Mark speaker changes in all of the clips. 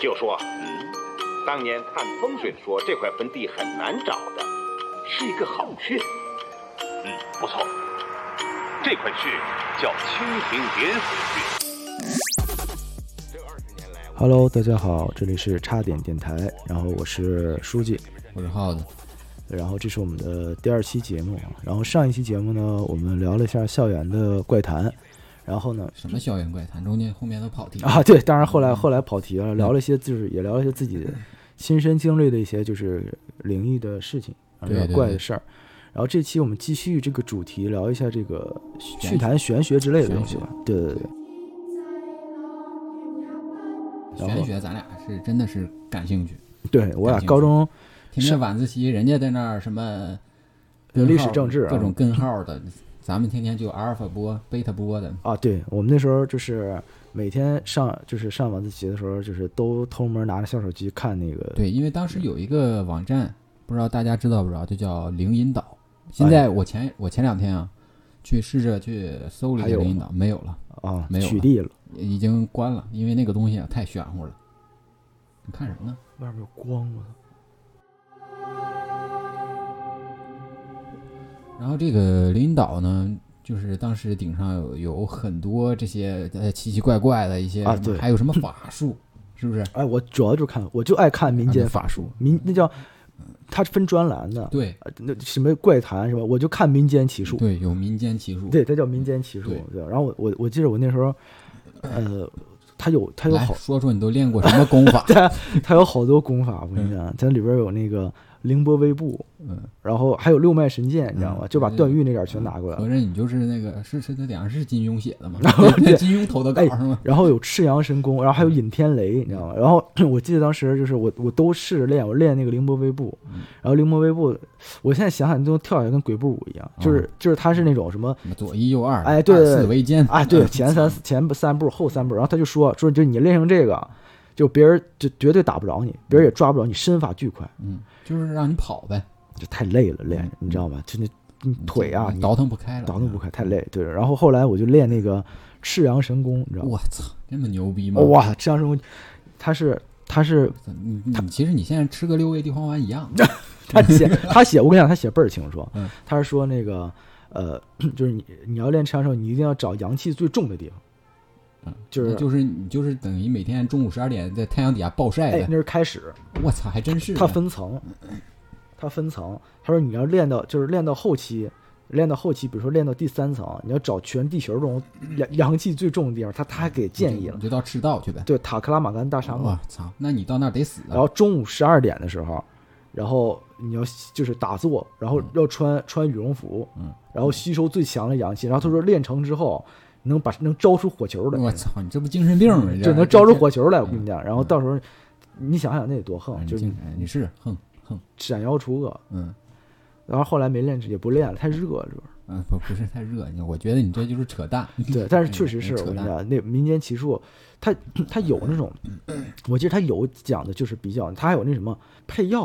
Speaker 1: 就说：“嗯，当年看风水说这块坟地很难找的，是一个好穴。
Speaker 2: 嗯，不错。这块穴叫清平莲水
Speaker 1: 穴。这二十年来
Speaker 3: ，Hello，大家好，这里是差点电台，然后我是书记，
Speaker 4: 我是耗子。”
Speaker 3: 然后这是我们的第二期节目，啊然后上一期节目呢，我们聊了一下校园的怪谈，然后呢，
Speaker 4: 什么校园怪谈？中间后面都跑题
Speaker 3: 啊，对，当然后来后来跑题了，聊了一些就是也聊了一些自己亲身经历的一些就是灵异的事情，比较怪的事儿。然后这期我们继续这个主题，聊一下这个去谈玄学之类的东西吧。对对对。
Speaker 4: 玄学咱俩是真的是感兴趣，
Speaker 3: 对我俩高中。
Speaker 4: 天天晚自习，人家在那儿什么，
Speaker 3: 历史政治、啊、
Speaker 4: 各种根号的，咱们天天就阿尔法波、贝塔波的
Speaker 3: 啊。对我们那时候就是每天上就是上晚自习的时候，就是都偷摸拿着小手机看那个。
Speaker 4: 对，因为当时有一个网站，不知道大家知道不知道，就叫灵引
Speaker 3: 哎
Speaker 4: 导。现在我前、哎、我前两天啊，去试着去搜了一下灵引导，没有了
Speaker 3: 啊，
Speaker 4: 没有
Speaker 3: 取缔了，
Speaker 4: 已经关了，因为那个东西啊太玄乎了。你看什么呢？
Speaker 3: 外面有光吗？
Speaker 4: 然后这个林导呢，就是当时顶上有有很多这些呃奇奇怪怪的一些
Speaker 3: 啊，对，
Speaker 4: 还有什么法术，是不是？
Speaker 3: 哎，我主要就看，我就爱看民间
Speaker 4: 法术，
Speaker 3: 民那叫它分专栏的，
Speaker 4: 对，
Speaker 3: 那什么怪谈什么，我就看民间奇术，
Speaker 4: 对，有民间奇术，
Speaker 3: 对，它叫民间奇术，对。然后我我我记得我那时候，呃，它有它有好
Speaker 4: 说说你都练过什么功 法？
Speaker 3: 它它有好多功法，我跟你讲，它里边有那个。凌波微步，
Speaker 4: 嗯，
Speaker 3: 然后还有六脉神剑，你知道吗？就把段誉那点儿全拿过来了。
Speaker 4: 合着你就是那个是是那俩是金庸写的吗？
Speaker 3: 然后哎
Speaker 4: 金庸投的稿是吗？
Speaker 3: 然后有赤阳神功，然后还有引天雷，
Speaker 4: 嗯
Speaker 3: 你知道吗？然后 我记得当时就是我我都试着练，我练那个凌波微步，
Speaker 4: 嗯
Speaker 3: 然后凌波微步，我现在想想都跳起来跟鬼步舞一样，
Speaker 4: 啊
Speaker 3: 就是就是他是那种什么
Speaker 4: 左一右二，
Speaker 3: 哎对，
Speaker 4: 四为肩，
Speaker 3: 哎对，前三前三步后三步，然后他就说说就你练成这个。就别人就绝对打不着你，别人也抓不着你，身法巨快。
Speaker 4: 嗯，就是让你跑呗，
Speaker 3: 就太累了，练你知道吗？就那你腿啊，
Speaker 4: 嗯倒腾不开了，
Speaker 3: 倒腾不开，太累。对，然后后来我就练那个赤阳神功，你知道吗？
Speaker 4: 我操，这么牛逼吗？
Speaker 3: 哇，赤阳神功，它是它是
Speaker 4: 你你其实你现在吃个六味地黄丸一样。
Speaker 3: 他写他写，我跟你讲，他写倍儿清楚。
Speaker 4: 嗯
Speaker 3: 他是说那个呃，就是你你要练赤阳神功，你一定要找阳气最重的地方。
Speaker 4: 嗯就是就是你就是等于每天中午十二点在太阳底下暴晒的，
Speaker 3: 哎、那是开始。
Speaker 4: 我操，还真是。
Speaker 3: 它分层，它分层。他说你要练到就是练到后期，练到后期，比如说练到第三层，你要找全地球中阳阳气最重的地方。他他还给建议了，
Speaker 4: 你就到赤道去呗。
Speaker 3: 对，塔克拉玛干大沙漠。
Speaker 4: 我操，那你到那得死、啊。
Speaker 3: 然后中午十二点的时候，然后你要就是打坐，然后要穿、
Speaker 4: 嗯、
Speaker 3: 穿羽绒服，
Speaker 4: 嗯，
Speaker 3: 然后吸收最强的阳气。然后他说练成之后。能把能招出火球来！
Speaker 4: 我操，你这不精神病吗？
Speaker 3: 就能招出火球来！我跟你讲，然后到时候你想想那得多横，就
Speaker 4: 嗯哎你是横横
Speaker 3: 斩妖除恶，
Speaker 4: 嗯。
Speaker 3: 然后后来没练，也不练了，太热了，是不是？
Speaker 4: 嗯，不不是太热，我觉得你这就是扯淡。
Speaker 3: 对，但是确实是我跟你讲，那民间奇术，它它有那种，
Speaker 4: 嗯
Speaker 3: 我记得它有讲的就是比较，它还有那什么配药。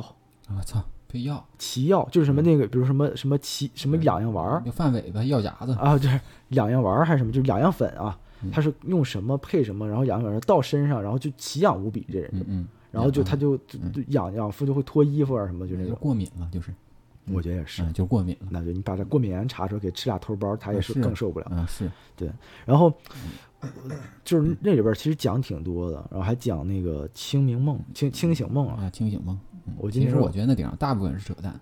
Speaker 4: 我操！配药，
Speaker 3: 奇药就是
Speaker 4: 嗯
Speaker 3: 什么那个，比如什么什么奇什么痒痒丸儿，
Speaker 4: 就犯尾巴、药夹子
Speaker 3: 啊，就是痒痒丸儿还是什么，就是痒痒粉啊，
Speaker 4: 嗯
Speaker 3: 他是用什么配什么，然后痒痒丸到身上，然后就奇痒无比，这人，
Speaker 4: 嗯，
Speaker 3: 然后就他就就痒痒肤就会脱衣服啊什么，就那种
Speaker 4: 过敏了，就是，嗯
Speaker 3: 我觉得也是，
Speaker 4: 就过敏了，
Speaker 3: 那就你把他过敏源查出来，给吃俩头孢，他也是更受不了，
Speaker 4: 啊是，
Speaker 3: 对，然后就是那里边其实讲挺多的，然后还讲那个清明梦、清清醒梦
Speaker 4: 啊，清醒梦。
Speaker 3: 我
Speaker 4: 其实我觉得那顶上大部分是扯淡，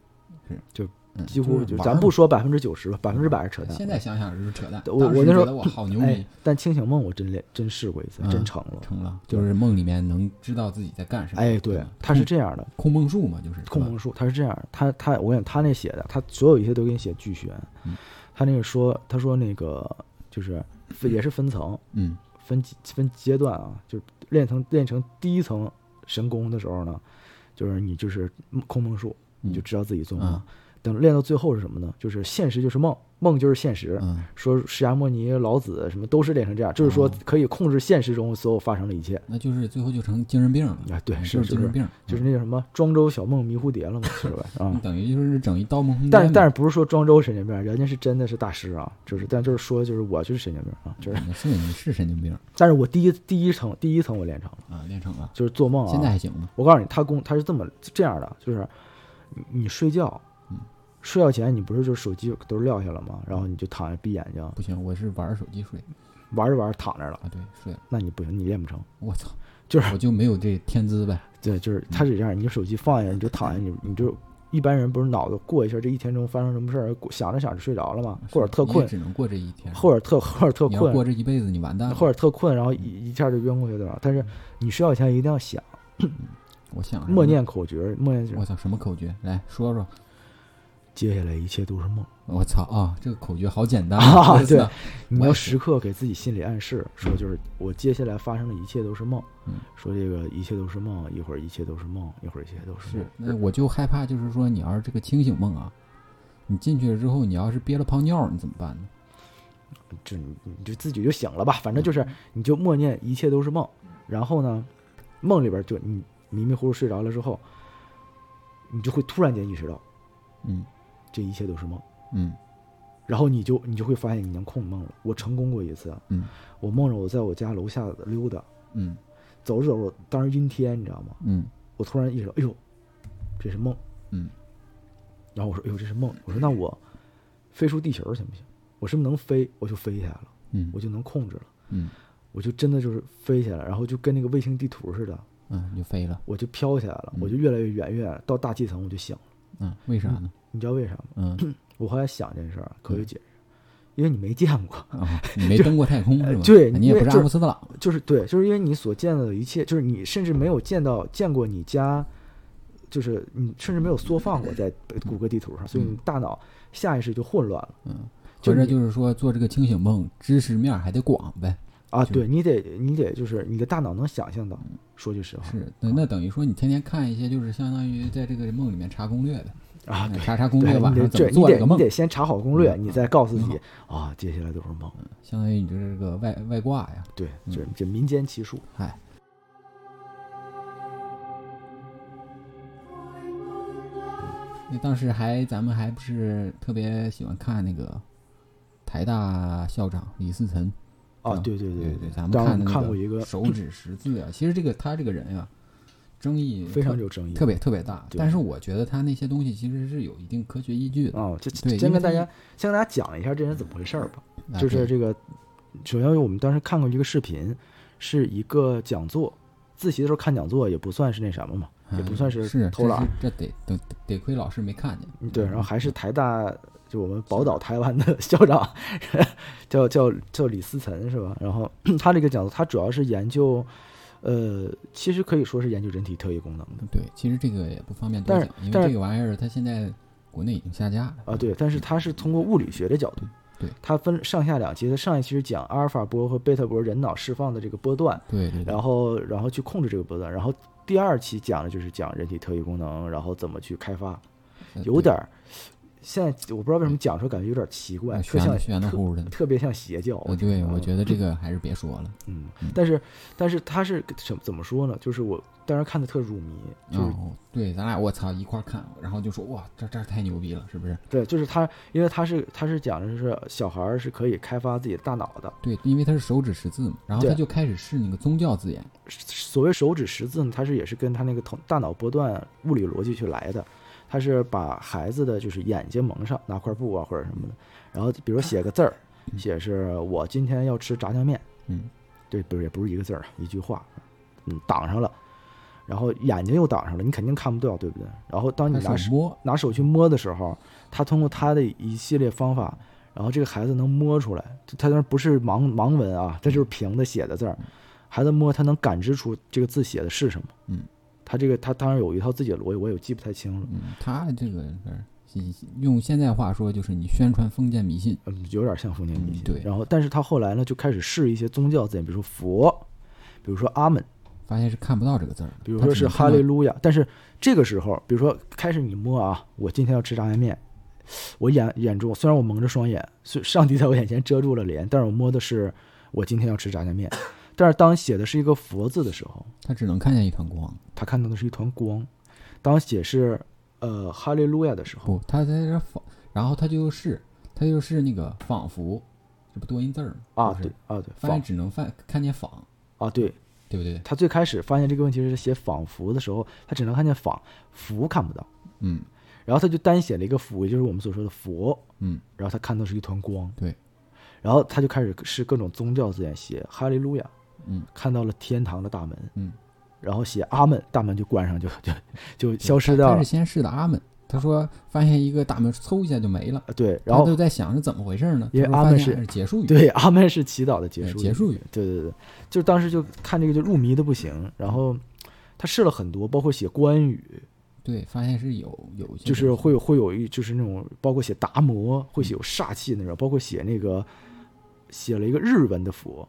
Speaker 4: 嗯是
Speaker 3: 就几乎就咱不说百分之九十吧，百分之百是扯淡。
Speaker 4: 现在想想是扯淡。
Speaker 3: 啊我我那时候哎
Speaker 4: 我好牛逼，
Speaker 3: 但清醒梦我真练真试过一次，
Speaker 4: 嗯
Speaker 3: 真成了，
Speaker 4: 成了。就是梦里面能知道自己在干什么。
Speaker 3: 哎，对，他
Speaker 4: 嗯
Speaker 3: 是这样的，
Speaker 4: 控梦术嘛，就是
Speaker 3: 控梦术，他是这样，他他我跟他那写的，他所有一些都给你写巨玄。他那个说，他说那个就是也是分层，
Speaker 4: 嗯，
Speaker 3: 分分阶段啊，就是练成练成第一层神功的时候呢。就是你就是控梦术，你就知道自己做梦。
Speaker 4: 嗯、
Speaker 3: 等练到最后是什么呢？就是现实就是梦，梦就是现实。
Speaker 4: 嗯
Speaker 3: 说释迦牟尼、老子什么都是练成这样，就是说可以控制现实中所有发生的一切。
Speaker 4: 那就是最后就成精神病了嗯
Speaker 3: 啊，对，
Speaker 4: 就是精神病，
Speaker 3: 就是那叫什么庄周小梦迷蝴蝶了嘛，是吧？啊、
Speaker 4: 你等于就是整一盗梦空间
Speaker 3: 但
Speaker 4: 嘛。
Speaker 3: 但是不是说庄周神经病，人家是真的是大师啊，就是但就是说就是我就是神经病啊，就是
Speaker 4: 嗯是你是神经病
Speaker 3: 但是我第一第一层第一层我练成了，
Speaker 4: 啊，练成了，
Speaker 3: 就是做梦啊。
Speaker 4: 现在还行吗？
Speaker 3: 我告诉你，他工他是这么这样的，就是你你睡觉，
Speaker 4: 嗯
Speaker 3: 睡觉前你不是就是手机都撂下了吗？然后你就躺下闭眼睛
Speaker 4: 不行，我是玩手机睡
Speaker 3: 玩着玩着躺那儿了，
Speaker 4: 啊，对，睡了，
Speaker 3: 那你不行，你练不成。
Speaker 4: 我操，
Speaker 3: 就是
Speaker 4: 我就没有这天 资呗，
Speaker 3: 对，就是他是这样，你就手机放下，你就躺下，你你就一般人不是脑子过一下这一天中发生什么事儿，过想着想着睡着了嘛，或者特
Speaker 4: 你也
Speaker 3: 困，
Speaker 4: 只能过这一天，
Speaker 3: 或者特或者特
Speaker 4: 你要过
Speaker 3: 困，
Speaker 4: 这一辈子你完蛋了，
Speaker 3: 或者特困，然后一一下就晕过去对吧？但
Speaker 4: 嗯
Speaker 3: 是你睡觉前一定要想
Speaker 4: 我想什么
Speaker 3: 默，念口诀，默念就是
Speaker 4: 嗯我操，什么口诀？来说说，
Speaker 3: 接下来一切都是梦。
Speaker 4: 我操啊，这个口诀好简 单
Speaker 3: 啊
Speaker 4: 我操
Speaker 3: 对你
Speaker 4: 我
Speaker 3: 要
Speaker 4: 也
Speaker 3: 时刻给自己心理暗示，说就是我接下来发生的一切都是梦，
Speaker 4: 嗯
Speaker 3: 说这个一切都是梦，一会儿一切都是梦，一会儿一切都是
Speaker 4: 是
Speaker 3: 梦。，
Speaker 4: 那我就害怕，就是说，你要是这个清醒梦啊，你进去了之后，你要是憋了泡尿，你怎么办呢？
Speaker 3: 就你你就自己就醒了吧，
Speaker 4: 嗯
Speaker 3: 反正就是你就默念一切都是梦，然后呢，梦里边就你迷迷糊糊睡着了之后，你就会突然间意识到
Speaker 4: 嗯
Speaker 3: 这一切都是梦，
Speaker 4: 嗯
Speaker 3: 然后你就你就会发现你能控梦了。我成功过一次，啊
Speaker 4: 嗯
Speaker 3: 我梦着我在我家楼下溜达，
Speaker 4: 嗯
Speaker 3: 走着走着，当时阴天，你知道吗？
Speaker 4: 嗯
Speaker 3: 我突然意识到，哎呦，这是梦。
Speaker 4: 嗯，
Speaker 3: 然后我说，哎呦，这是梦。我说那我飞出地球行不行？我是不是能飞？我就飞起来了，
Speaker 4: 嗯
Speaker 3: 我就能控制了，
Speaker 4: 嗯
Speaker 3: 我就真的就是飞起来了，然后就跟那个卫星地图似的，
Speaker 4: 嗯，你就飞了。
Speaker 3: 我就飘起来了，我就越来越远，越来越到大气层我就醒了。
Speaker 4: 嗯，为啥呢？
Speaker 3: 你知道为啥吗？
Speaker 4: 嗯
Speaker 3: 我后来想这事儿，科学解释，因为你没见过，
Speaker 4: 啊，你没登过太空是吧？
Speaker 3: 呃对
Speaker 4: 你也不
Speaker 3: 因
Speaker 4: 是
Speaker 3: 为
Speaker 4: 阿姆斯特朗。
Speaker 3: 就是对，就是因为你所见到的一切，就是你甚至没有见到见过你家，就是你甚至没有缩放过在谷歌地图上，所以你大脑下意识就混乱了。
Speaker 4: 嗯，
Speaker 3: 就
Speaker 4: 或者
Speaker 3: 你
Speaker 4: 就是说做这个清醒梦，知识面还得广呗。
Speaker 3: 啊，
Speaker 4: 就
Speaker 3: 对你得你得就是你的大脑能想象到，说句实话
Speaker 4: 是，那那等于说你天天看一些，就是相当于在这个梦里面查攻略呗。
Speaker 3: 啊，对
Speaker 4: 查查哎攻略
Speaker 3: 对，
Speaker 4: 晚
Speaker 3: 你得
Speaker 4: 上怎么
Speaker 3: 这你
Speaker 4: 做这
Speaker 3: 得
Speaker 4: 个
Speaker 3: 你
Speaker 4: 梦，
Speaker 3: 得先查好攻略，你再告诉自己
Speaker 4: 嗯
Speaker 3: 啊，接下来都是梦。
Speaker 4: 相当于你就是这个外外挂呀。
Speaker 3: 对，这这民间奇术。
Speaker 4: 嗨，那当时还咱们还不是特别喜欢看那个台大校长李嗣涔
Speaker 3: 啊，
Speaker 4: 嗯
Speaker 3: 对对
Speaker 4: 对
Speaker 3: 对，
Speaker 4: 咱们
Speaker 3: 当时我
Speaker 4: 那
Speaker 3: 们看过一
Speaker 4: 个
Speaker 3: 个
Speaker 4: 手指识字啊，其实这个他这个人啊，争议
Speaker 3: 非常
Speaker 4: 特
Speaker 3: 有争议
Speaker 4: 特别特别大，
Speaker 3: 对
Speaker 4: 但是我觉得他那些东西其实是有一定科学依据的。
Speaker 3: 啊，这
Speaker 4: 对
Speaker 3: 先
Speaker 4: 因为
Speaker 3: 跟大
Speaker 4: 他
Speaker 3: 家先跟大家讲一下这人怎么回事儿吧。
Speaker 4: 啊
Speaker 3: 就是
Speaker 4: 对
Speaker 3: 这个，首先我们当时看过一个视频，是一个讲座，自习的时候看讲座也不算是那什么嘛，也不算
Speaker 4: 嗯是
Speaker 3: 是偷懒儿，
Speaker 4: 这是这得得得亏老师没看见。
Speaker 3: 嗯对，然后还是台大就我们宝岛台湾的 校长，叫叫叫李思岑是吧？然后 他这个讲座，他主要是研究，呃，其实可以说是研究人体特异功能的
Speaker 4: 对，其实这个也不方便多
Speaker 3: 但是
Speaker 4: 讲，因
Speaker 3: 但
Speaker 4: 为
Speaker 3: 是
Speaker 4: 这个玩意儿它现在国内已经下架了。
Speaker 3: 啊，对，但是他是通过物理学的角度。
Speaker 4: 对
Speaker 3: 它分上下两期。它上一期是讲阿尔法波和贝塔波人脑释放的这个波段，
Speaker 4: 对对对，
Speaker 3: 然后然后去控制这个波段。然后第二期讲的就是讲人体特异功能，然后怎么去开发，
Speaker 4: 呃
Speaker 3: 有点儿。现在我不知道为什么讲出来感觉有点奇怪，
Speaker 4: 哎
Speaker 3: 特
Speaker 4: 玄
Speaker 3: 像
Speaker 4: 的玄的
Speaker 3: 特
Speaker 4: 乎乎的。
Speaker 3: 特嗯别像邪教。
Speaker 4: 呃，对，我
Speaker 3: 得
Speaker 4: 觉得这个还是别说了。
Speaker 3: 嗯，嗯但是但是他是怎么怎么说呢？就是我当时看的特入迷，就是、
Speaker 4: 哦，对，咱俩我操一块儿看，然后就说哇，这这太牛逼了，是不是？
Speaker 3: 对，就是他，因为他是他是讲的是小孩儿是可以开发自己的大脑的。
Speaker 4: 对，因为他是手指识字嘛，然后
Speaker 3: 对
Speaker 4: 他就开始试那个宗教字眼。
Speaker 3: 所谓手指识字呢，它是也是跟他那个头大脑波段物理逻辑去来的。它是把孩子的就是眼睛蒙上，拿块布啊或者什么的，然后比如写个字儿，写是我今天要吃炸酱面，
Speaker 4: 嗯，
Speaker 3: 对，不是也不是一个字儿啊，一句话，嗯，挡上了，然后眼睛又挡上了，你肯定看不到，对不对？然后当你
Speaker 4: 他
Speaker 3: 拿
Speaker 4: 手摸，
Speaker 3: 拿手去摸的时候，他通过他的一系列方法，然后这个孩子能摸出来，他那不是盲盲文啊，他就是平的写的字
Speaker 4: 嗯
Speaker 3: 儿，孩子摸他能感知出这个字写的是什么。
Speaker 4: 嗯，
Speaker 3: 他这个他当然有一套自己的逻辑，我也记不太清了，
Speaker 4: 嗯，他这个是用现在话说就是你宣传封建迷信。
Speaker 3: 嗯，有点像封建迷信。
Speaker 4: 嗯对
Speaker 3: 然后但是他后来呢就开始试一些宗教字眼，比如说佛，比如说阿门，
Speaker 4: 发现是看不到这个字儿的，
Speaker 3: 比如
Speaker 4: 他
Speaker 3: 说
Speaker 4: 只
Speaker 3: 是
Speaker 4: 能
Speaker 3: 哈
Speaker 4: 看到
Speaker 3: 利路亚。但是这个时候，比如说开始你摸啊，我今天要吃炸酱面，我眼眼中虽然我蒙着双眼，虽上帝在我眼前遮住了脸，但是我摸的是我今天要吃炸酱面。但是当写的是一个佛字的时候，
Speaker 4: 他只能看见一团光。
Speaker 3: 他看到的是一团光。当写是呃哈利路亚的时候，
Speaker 4: 不，他在这仿，然后他就是他就是那个仿佛，这不多音字儿吗？
Speaker 3: 啊
Speaker 4: 就是
Speaker 3: 对啊对，
Speaker 4: 发现
Speaker 3: 仿
Speaker 4: 只能看看见仿，
Speaker 3: 啊对，
Speaker 4: 对不对？
Speaker 3: 他最开始发现这个问题是写仿佛的时候，他只能看见仿佛看不到，
Speaker 4: 嗯，
Speaker 3: 然后他就单写了一个佛，也就是我们所说的佛，
Speaker 4: 嗯，
Speaker 3: 然后他看到是一团光，
Speaker 4: 对，
Speaker 3: 然后他就开始是各种宗教字眼，写哈利路亚，
Speaker 4: 嗯，
Speaker 3: 看到了天堂的大门，
Speaker 4: 嗯，
Speaker 3: 然后写阿门，大门就关上，就 就就消失
Speaker 4: 他
Speaker 3: 掉
Speaker 4: 他
Speaker 3: 了
Speaker 4: 是，先试的阿门，他说发现一个大门，嗖一下就没了。
Speaker 3: 啊对，
Speaker 4: 他
Speaker 3: 然后
Speaker 4: 就在想是怎么回事呢？
Speaker 3: 因为
Speaker 4: 他说
Speaker 3: 阿
Speaker 4: 发
Speaker 3: 门
Speaker 4: 现
Speaker 3: 是
Speaker 4: 还是结束语，
Speaker 3: 对阿门是祈祷的结
Speaker 4: 哎
Speaker 3: 束，
Speaker 4: 结束语，
Speaker 3: 对对对，就是当时就看这个就入迷的不行，然后他试了很多，包括写关羽，
Speaker 4: 对，发现是有有一些
Speaker 3: 就是
Speaker 4: 东西
Speaker 3: 会有会有一就是那种包括写达摩，会写有煞气
Speaker 4: 嗯
Speaker 3: 那种，包括写那个写了一个日文的佛，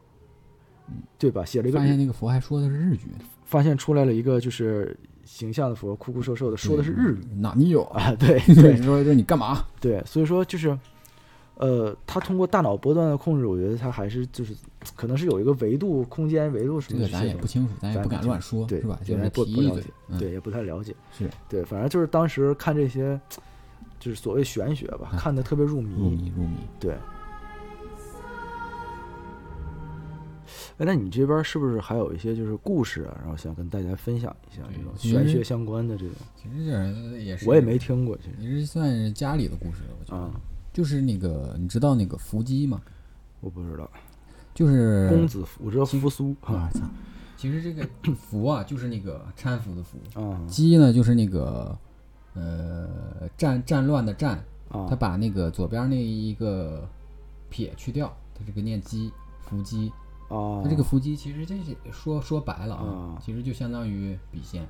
Speaker 3: 对吧？写了一个
Speaker 4: 嗯发
Speaker 3: 日
Speaker 4: 现那个佛还说的是日语，
Speaker 3: 发现出来了一个就是形象的佛，酷酷瘦瘦的，说的是日 语
Speaker 4: 对，哪你有？
Speaker 3: 啊，对
Speaker 4: 嗯对，
Speaker 3: 对
Speaker 4: 说这你干嘛？
Speaker 3: 对，所以说就是。呃，他通过大脑波段的控制，我觉得他还是就是，可能是有一个维度、空间维度什
Speaker 4: 这
Speaker 3: 么的
Speaker 4: 个
Speaker 3: 这
Speaker 4: 咱也
Speaker 3: 种
Speaker 4: 不清楚，咱也
Speaker 3: 咱
Speaker 4: 不
Speaker 3: 不
Speaker 4: 敢
Speaker 3: 清
Speaker 4: 乱说，
Speaker 3: 对
Speaker 4: 是吧？
Speaker 3: 也
Speaker 4: 就是
Speaker 3: 不
Speaker 4: 提
Speaker 3: 不
Speaker 4: 一
Speaker 3: 了
Speaker 4: 嘴
Speaker 3: 解，，
Speaker 4: 嗯，
Speaker 3: 对，也不太了解。
Speaker 4: 是
Speaker 3: 对，反正就是当时看这些，就是所谓玄学吧，
Speaker 4: 啊
Speaker 3: 看的特别入
Speaker 4: 入
Speaker 3: 迷。
Speaker 4: 迷入迷。
Speaker 3: 对。哎，那你这边是不是还有一些就是故事啊？然后想跟大家分享一下这种
Speaker 4: 其
Speaker 3: 玄
Speaker 4: 实
Speaker 3: 学相关的这种，
Speaker 4: 其实这也是
Speaker 3: 我也没，听过，其实
Speaker 4: 也是算是家里的故事了，我觉得。
Speaker 3: 啊，
Speaker 4: 就是那个，你知道那个伏击吗？
Speaker 3: 我不知道。
Speaker 4: 就是
Speaker 3: 公子服，我知道扶苏
Speaker 4: 呃啊
Speaker 3: 啊，
Speaker 4: 操！其实这个伏啊，就是那个搀扶的扶，
Speaker 3: 啊
Speaker 4: 击呢就是那个呃战战乱的战，他
Speaker 3: 啊
Speaker 4: 把那个左边那一个撇去掉，他这个念击伏击，
Speaker 3: 啊！
Speaker 4: 他这个伏击其实这是说说白了啊
Speaker 3: 啊，
Speaker 4: 其实就相当于笔仙，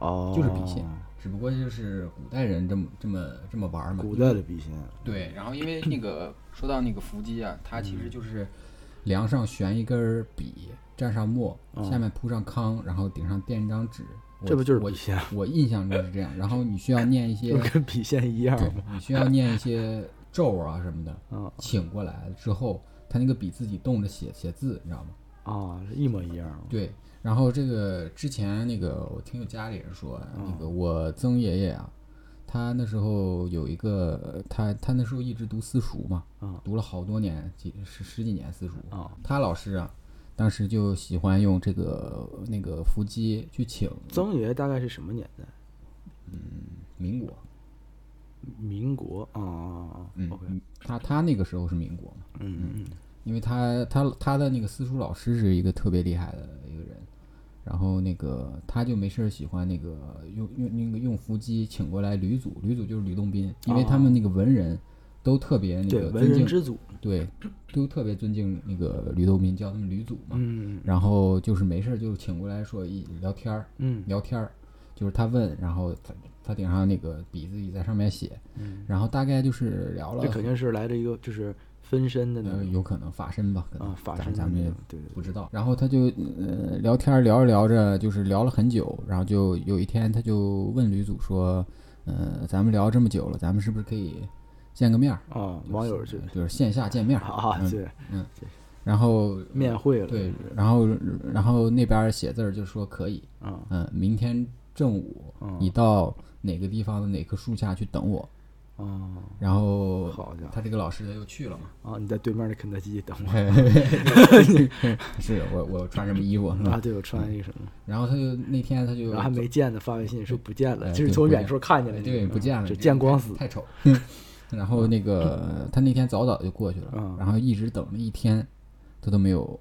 Speaker 3: 哦，
Speaker 4: 就是笔仙，只不过就是古代人这么这么这么玩儿嘛，
Speaker 3: 古代的笔仙
Speaker 4: 对，然后因为那个说到那个伏击啊，它其实就是梁上悬一根儿笔，蘸上墨，下面铺上糠，然后顶上垫一张纸。我
Speaker 3: 哦这不就是
Speaker 4: 我
Speaker 3: 笔啊仙
Speaker 4: 我印象中是这样。然后你需要念一 些
Speaker 3: 就，跟笔仙一样
Speaker 4: 对
Speaker 3: 嘛，
Speaker 4: 你需要念一些咒啊什 么的，
Speaker 3: 啊
Speaker 4: 请过来之后，他那个笔自己动着写写字，你知道吗？
Speaker 3: 啊，一模一样。
Speaker 4: 对。然后这个之前那个我听我家里人说，啊那个我曾爷爷啊，他那时候有一个他他那时候一直读私塾嘛，
Speaker 3: 啊
Speaker 4: 读了好多年，几十十几年私塾
Speaker 3: 啊。
Speaker 4: 他老师啊，当时就喜欢用这个那个伏击去请
Speaker 3: 曾爷大概是什么年代？
Speaker 4: 民国，
Speaker 3: 民国啊啊啊
Speaker 4: 嗯
Speaker 3: ，OK，
Speaker 4: 他他那个时候是民国嘛，
Speaker 3: 嗯嗯
Speaker 4: 因为他他他的那个私塾老师是一个特别厉害的一个人，然后那个他就没事儿喜欢那个用用那个用伏击请过来吕祖，吕祖就是吕洞宾，因为他们那个文人都特别
Speaker 3: 嗯，
Speaker 4: 那
Speaker 3: 对，
Speaker 4: 个
Speaker 3: 文
Speaker 4: 尊
Speaker 3: 人
Speaker 4: 敬，
Speaker 3: 之祖，
Speaker 4: 对，都特别尊敬那个吕洞宾，叫他们吕祖嘛。
Speaker 3: 嗯
Speaker 4: 然后就是没事儿就请过来说一聊天儿，
Speaker 3: 嗯
Speaker 4: 聊天儿，就是他问，然后他他顶上那个笔自己在上面写，
Speaker 3: 嗯
Speaker 4: 然后大概就是聊了
Speaker 3: 这，肯定是来了一个就是分身的那
Speaker 4: 呃，
Speaker 3: 个
Speaker 4: 有可能法身吧，可能
Speaker 3: 啊，法
Speaker 4: 咱
Speaker 3: 身的
Speaker 4: 咱们
Speaker 3: 那
Speaker 4: 也
Speaker 3: 个，对对
Speaker 4: 不知道。然后他就呃聊天儿聊着聊着，就是聊了很久，然后就有一天他就问吕祖说，呃，咱们聊这么久了，咱们是不是可以见个面儿？
Speaker 3: 对，啊，网友就
Speaker 4: 就是线下见面儿
Speaker 3: 啊，
Speaker 4: 嗯
Speaker 3: 对，
Speaker 4: 然后
Speaker 3: 面会了，
Speaker 4: 对，然后然后那边儿写字儿就说可以，
Speaker 3: 啊
Speaker 4: 嗯，明天正午
Speaker 3: 嗯
Speaker 4: 你到哪个地方的哪棵树下去等我。
Speaker 3: 啊，
Speaker 4: 然后
Speaker 3: 好家伙
Speaker 4: 他这个老师他又去了嘛，
Speaker 3: 啊，你在对面的肯德基等
Speaker 4: 是我我穿什么衣服是
Speaker 3: 我啊，
Speaker 4: 吧？
Speaker 3: 对我穿一个什么，
Speaker 4: 然后他就那天他就
Speaker 3: 然后还没见呢，发微信说不见
Speaker 4: 哎
Speaker 3: 了，就是
Speaker 4: 对
Speaker 3: 从
Speaker 4: 不
Speaker 3: 远
Speaker 4: 见哎
Speaker 3: 处看见了，
Speaker 4: 对不见了，
Speaker 3: 只
Speaker 4: 这
Speaker 3: 见光
Speaker 4: 太
Speaker 3: 死
Speaker 4: 太丑。 然后那个他那天早早就过去了
Speaker 3: 嗯，
Speaker 4: 然后一直等了一天，他都没有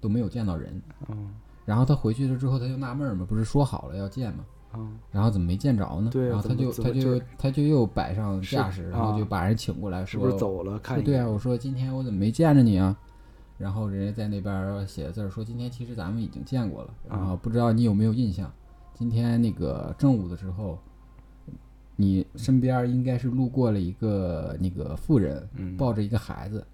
Speaker 4: 都没有见到人。
Speaker 3: 嗯
Speaker 4: 然后他回去了之后，他就纳闷儿嘛，不是说好了要见嘛，
Speaker 3: 啊，
Speaker 4: 然后怎么没见着呢？
Speaker 3: 对啊
Speaker 4: 然后他
Speaker 3: 怎么
Speaker 4: 就
Speaker 3: 怎
Speaker 4: 他
Speaker 3: 么
Speaker 4: 就
Speaker 3: 这
Speaker 4: 他就又摆上架势，
Speaker 3: 是
Speaker 4: 然后就
Speaker 3: 啊
Speaker 4: 把人请过来
Speaker 3: 是
Speaker 4: 说，
Speaker 3: 不是走了？看
Speaker 4: 说
Speaker 3: 一
Speaker 4: 对
Speaker 3: 眼
Speaker 4: 啊，我说今天我怎么没见着你啊？然后人家在那边儿写的字儿说今天其实咱们已经见过了，然
Speaker 3: 嗯
Speaker 4: 后不知道你有没有印象？今天那个正午的时候，你身边儿应该是路过了一个那个妇人，
Speaker 3: 嗯
Speaker 4: 抱着一个孩子。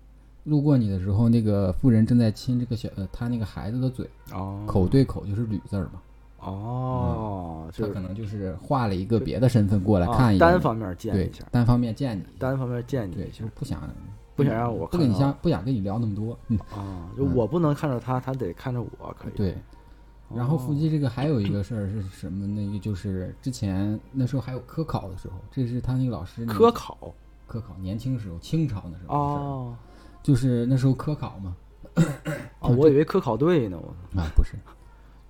Speaker 4: 路过你的时候，那个妇人正在亲这个小呃他那个孩子的嘴，
Speaker 3: 哦
Speaker 4: 口对口就是“吕”字儿嘛。
Speaker 3: 哦哦，就
Speaker 4: 嗯
Speaker 3: 是
Speaker 4: 他可能就是换了一个别的身份过来
Speaker 3: 啊
Speaker 4: 看一眼你，
Speaker 3: 单方面见
Speaker 4: 对
Speaker 3: 一下，
Speaker 4: 单方面见你，
Speaker 3: 单方面见你
Speaker 4: 对，
Speaker 3: 一
Speaker 4: 就
Speaker 3: 下
Speaker 4: 是不想
Speaker 3: 不想让我
Speaker 4: 不
Speaker 3: 看
Speaker 4: 跟你
Speaker 3: 到
Speaker 4: 相不想跟你聊那么多，嗯，
Speaker 3: 啊，就我不能看着他，他得看着我，可以
Speaker 4: 对。
Speaker 3: 哦
Speaker 4: 然后伏击这个还有一个事儿是什么？那个就是之前那时候还有科考的时候，这是他那个老师
Speaker 3: 科考
Speaker 4: 科考年轻时候清朝那时候的事儿
Speaker 3: 哦
Speaker 4: 就是那时候科考嘛
Speaker 3: 啊，
Speaker 4: 嗯
Speaker 3: 我以为科考队呢，我
Speaker 4: 啊不是，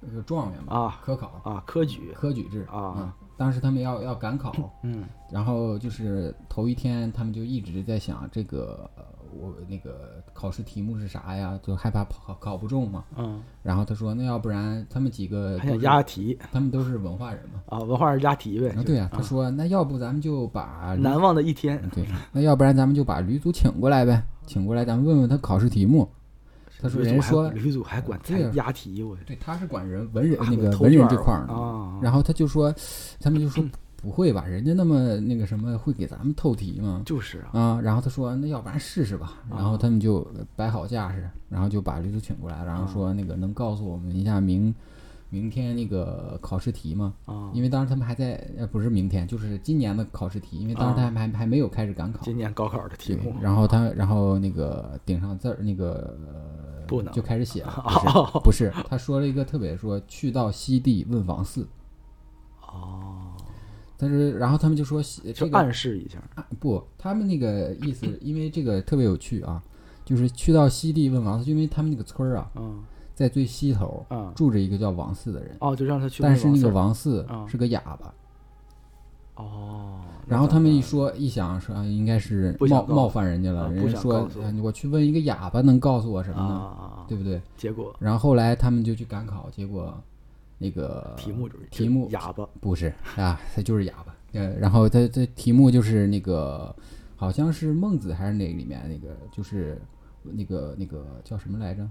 Speaker 4: 那个状元嘛
Speaker 3: 啊
Speaker 4: 科考
Speaker 3: 啊科举
Speaker 4: 科举制
Speaker 3: 啊
Speaker 4: 嗯当时他们要要赶考，
Speaker 3: 嗯
Speaker 4: 然后就是头一天，他们就一直在想这个呃我那个考试题目是啥呀，就害怕考考不中嘛。
Speaker 3: 嗯，
Speaker 4: 然后他说，那要不然他们几个
Speaker 3: 还
Speaker 4: 都
Speaker 3: 想
Speaker 4: 是
Speaker 3: 押题
Speaker 4: 他们都是文化人嘛。
Speaker 3: 啊，文化人押题呗
Speaker 4: 啊，，嗯
Speaker 3: 就
Speaker 4: 对啊，他说那要不咱们就把
Speaker 3: 难忘的一天
Speaker 4: 对，那要不然咱们就把吕祖请过来呗，请过来咱们问问他考试题目。他说
Speaker 3: 吕
Speaker 4: 人
Speaker 3: 祖
Speaker 4: 家
Speaker 3: 还
Speaker 4: 说
Speaker 3: 吕祖还管
Speaker 4: 对
Speaker 3: 才
Speaker 4: 啊
Speaker 3: 押题，我
Speaker 4: 对，他是管人文人
Speaker 3: 啊
Speaker 4: 那个
Speaker 3: 我头
Speaker 4: 文人
Speaker 3: 卷
Speaker 4: 这
Speaker 3: 儿
Speaker 4: 块儿的嗯
Speaker 3: 啊
Speaker 4: 然后他就说，他们就说不会吧，人家那么那个什么会给咱们透题吗？
Speaker 3: 就是啊，
Speaker 4: 啊，然后他说那要不然试试吧，然后他们就摆好架势，然后就把吕祖请过来，然后说那个能告诉我们一下明明天那个考试题吗？
Speaker 3: 啊，
Speaker 4: 因为当时他们还在，呃，不是明天，就是今年的考试题，因为当时他们还、还没有开始赶考
Speaker 3: 今，年高考的题
Speaker 4: 对
Speaker 3: 目，，
Speaker 4: 然后他然后那个顶上字儿那个呃
Speaker 3: 不能
Speaker 4: 就开始 写了，
Speaker 3: 哦
Speaker 4: 不是不是，他说了一个特别说去到西地问王四，
Speaker 3: 哦，
Speaker 4: 但是然后他们就说西
Speaker 3: 就
Speaker 4: 这个
Speaker 3: 暗示一下
Speaker 4: 啊不，他们那个意思，因为这个特别有趣啊，就是去到西地问王四，就因为他们那个村儿啊
Speaker 3: 嗯
Speaker 4: 在最西头
Speaker 3: 嗯，
Speaker 4: 住着一个叫王四的人，
Speaker 3: 哦，就让他去问王
Speaker 4: 但是
Speaker 3: 四儿，
Speaker 4: 那个王四
Speaker 3: 嗯
Speaker 4: 是个哑巴。
Speaker 3: 哦，
Speaker 4: 然后他们一说一想说啊应该是
Speaker 3: 不想
Speaker 4: 冒
Speaker 3: 告诉
Speaker 4: 冒犯人家了，
Speaker 3: 啊
Speaker 4: 人
Speaker 3: 不
Speaker 4: 家
Speaker 3: 想
Speaker 4: 说
Speaker 3: 告诉
Speaker 4: 啊我去问一个哑巴能告诉我什
Speaker 3: 啊
Speaker 4: 么呢？
Speaker 3: 啊，啊
Speaker 4: 对不对？
Speaker 3: 结果
Speaker 4: 然后后来他们就去赶考，结果那个
Speaker 3: 题目就是
Speaker 4: 呃题目
Speaker 3: 哑巴
Speaker 4: 不是啊，他就是哑巴。呃，然后他他题目就是那个好像是孟子还是哪个里面那个就是那个那个叫什么来着？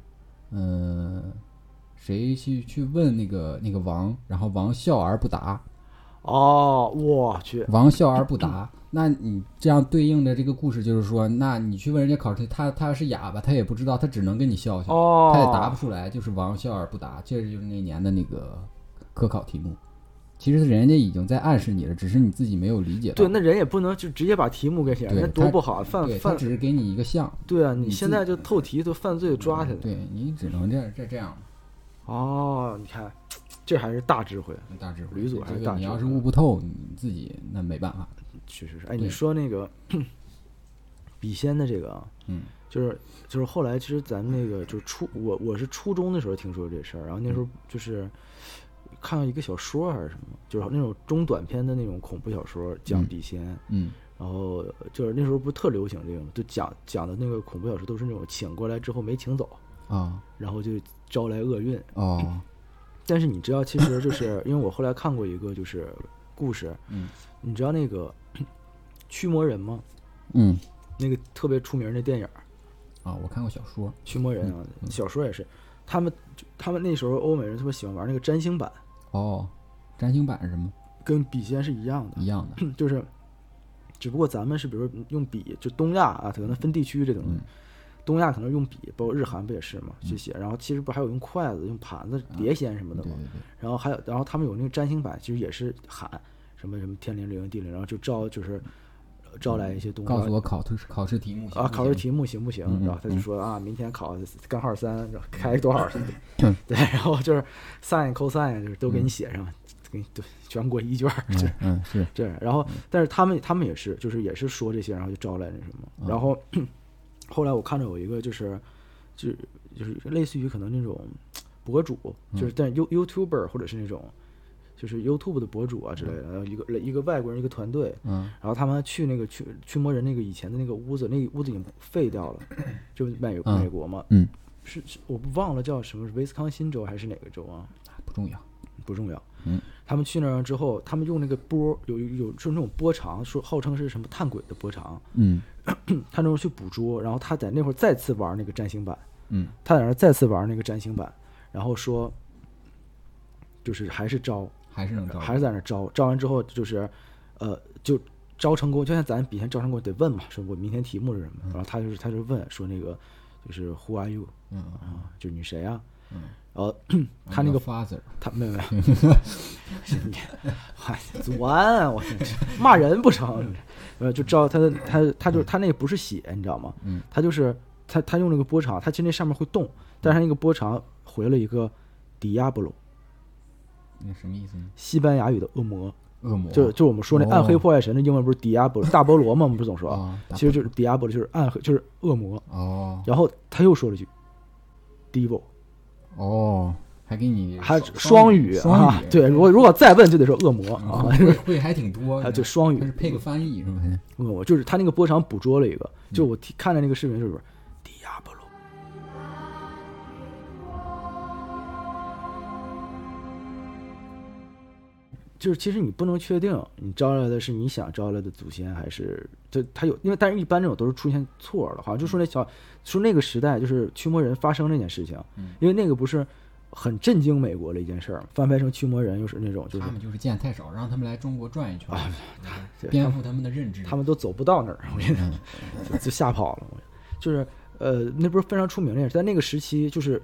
Speaker 4: 嗯、谁去去问那个那个王，然后王笑而不答。
Speaker 3: 哦，我去，
Speaker 4: 王笑而不答。那你这样对应的这个故事就是说，那你去问人家考试，他他是哑巴，他也不知道，他只能跟你笑笑，
Speaker 3: 哦，
Speaker 4: 他也答不出来，就是王笑而不答。这就是那年的那个科考题目。其实人家已经在暗示你了，只是你自己没有理解到。
Speaker 3: 对，那人也不能就直接把题目给写，
Speaker 4: 对
Speaker 3: 那多
Speaker 4: 他
Speaker 3: 不好啊，犯
Speaker 4: 对他
Speaker 3: 犯
Speaker 4: 只是给你一个像，
Speaker 3: 对啊，
Speaker 4: 你
Speaker 3: 你现
Speaker 4: 自
Speaker 3: 在就透题都犯罪抓起来。
Speaker 4: 对你只能这样这这样。
Speaker 3: 哦，你看，这还是大智慧，
Speaker 4: 大智慧，
Speaker 3: 吕祖还
Speaker 4: 这
Speaker 3: 是
Speaker 4: 个
Speaker 3: 大
Speaker 4: 你
Speaker 3: 智
Speaker 4: 要
Speaker 3: 慧
Speaker 4: 是悟不透，你自己那没办法。
Speaker 3: 确实是。哎，
Speaker 4: 对
Speaker 3: 你说那个 笔仙的这个啊，
Speaker 4: 嗯，
Speaker 3: 就是就是后来其实咱们那个就是初我我是初中的时候听说这事儿，然后那时
Speaker 4: 嗯
Speaker 3: 候就是看到一个小说还是什么，就是那种中短篇的那种恐怖小说讲
Speaker 4: 嗯
Speaker 3: 笔仙，
Speaker 4: 嗯
Speaker 3: 然后就是那时候不是特流行这个嘛，就讲讲的那个恐怖小说都是那种请过来之后没请走，
Speaker 4: 啊
Speaker 3: 然后就招来厄运。
Speaker 4: 哦
Speaker 3: 但是你知道，其实就是 因为我后来看过一个就是故事，
Speaker 4: 嗯
Speaker 3: 你知道那个 驱魔人吗？
Speaker 4: 嗯
Speaker 3: 那个特别出名儿那电影儿
Speaker 4: 啊，我看过小说
Speaker 3: 《驱魔人》
Speaker 4: 嗯
Speaker 3: 啊，小说也是，他们就他们那时候欧美人特别喜欢玩那个占星版，
Speaker 4: 哦，占星版是什么
Speaker 3: 跟笔仙是一样的，
Speaker 4: 一样的？
Speaker 3: 就是只不过咱们是比如说用笔，就东亚啊，可能分地区这
Speaker 4: 嗯
Speaker 3: 东西。东亚可能用笔，包括日韩不也是嘛，去写。然后其实不还有用筷子、用盘子、碟仙什么的
Speaker 4: 嗯对
Speaker 3: 嘛。
Speaker 4: 对对。
Speaker 3: 然后还有，然后他们有那个占星版，其实也是喊什么什么天灵灵地灵，然后就招就是呃招来一些东西。
Speaker 4: 告诉我考试考试题目行
Speaker 3: 啊，
Speaker 4: 不
Speaker 3: 考试
Speaker 4: 行
Speaker 3: 题目行不行？
Speaker 4: 嗯
Speaker 3: 然后他就
Speaker 4: 嗯
Speaker 3: 说啊，明天考根号三，然后开多少？
Speaker 4: 嗯
Speaker 3: 对，然后就是 sin、cosine 就是都给你写上，给你对全国一卷儿，就是
Speaker 4: 嗯嗯是
Speaker 3: 这样。然后，但是他们他们也是，就是也是说这些，然后就招来那什
Speaker 4: 嗯
Speaker 3: 么。然后 后来我看着有一个就是，就是就是类似于可能那种博主，就是
Speaker 4: 嗯
Speaker 3: 但 You YouTuber 或者是那种就是 YouTube 的博主啊之类的，然后一个一个外国人一个团队，
Speaker 4: 嗯
Speaker 3: 然后他们去那个驱驱魔人那个以前的那个屋子，那个屋子已经废掉了，就美
Speaker 4: 嗯
Speaker 3: 美国嘛，
Speaker 4: 嗯
Speaker 3: 是是我忘了叫什么，是威斯康辛州还是哪个州啊？
Speaker 4: 不重要
Speaker 3: 不重要。
Speaker 4: 嗯，
Speaker 3: 他们去那儿之后，他们用那个波，有有就是那种波长，说号称是什么探鬼的波长，
Speaker 4: 嗯
Speaker 3: 他那时候去捕捉，然后他在那会儿再次玩那个占星版，
Speaker 4: 嗯
Speaker 3: 他在那儿再次玩那个占星版，然后说，就是还是招，
Speaker 4: 还是能嗯招
Speaker 3: 还是在那儿招，招完之后就是，呃，就招成功，就像咱比前招成功得问嘛，说我明天题目是什么，
Speaker 4: 嗯
Speaker 3: 然后他就是他就问说那个就是 Who are you
Speaker 4: 嗯
Speaker 3: 啊，就是你谁啊，
Speaker 4: 嗯
Speaker 3: 然后 他那个
Speaker 4: I'm your father，
Speaker 3: 他没有没有， 是你，哎，祖安，我骂人不成？
Speaker 4: 嗯
Speaker 3: 呃，就知道他的他他就他那个不是血，你知道吗？
Speaker 4: 嗯，
Speaker 3: 他就是他他用那个波长，他其实那上面会动，但是他那个波长回了一个 Diablo，
Speaker 4: 那什么意思呢？
Speaker 3: 西班牙语的恶魔，
Speaker 4: 恶魔
Speaker 3: 就就我们说那
Speaker 4: 哦
Speaker 3: 暗黑破坏神的英文不是 Diablo 大菠萝吗？我们不是总说，
Speaker 4: 啊，打
Speaker 3: 其实就是 Diablo 就是暗黑就是恶魔。
Speaker 4: 哦
Speaker 3: 然后他又说了一句 Devil，
Speaker 4: 哦，还给你
Speaker 3: 还
Speaker 4: 双
Speaker 3: 语
Speaker 4: 双
Speaker 3: 啊
Speaker 4: 语，，
Speaker 3: 对，如果如果再问就得说恶魔
Speaker 4: 嗯
Speaker 3: 啊，
Speaker 4: 会会还挺多
Speaker 3: 啊，，对，双语
Speaker 4: 他是配个翻译是吧？
Speaker 3: 恶魔，就是他那个波长捕捉了一个，就我听看了那个视频就是。Diablo，就是其实你不能确定你招来的是你想招来的祖先，还是就他有，因为但是一般这种都是出现错儿的，好像就说那小说那个时代就是驱魔人发生这件事情，因为那个不是很震惊美国的一件事儿，翻拍成驱魔人又是那种就是
Speaker 4: 他们就是见太少，让他们来中国转一圈，
Speaker 3: 对
Speaker 4: 颠覆他们的认知。
Speaker 3: 他们都走不到那儿，我跟你
Speaker 4: 嗯
Speaker 3: 讲，就吓跑了。我就是呃，那不是非常出名的，在那个时期，就是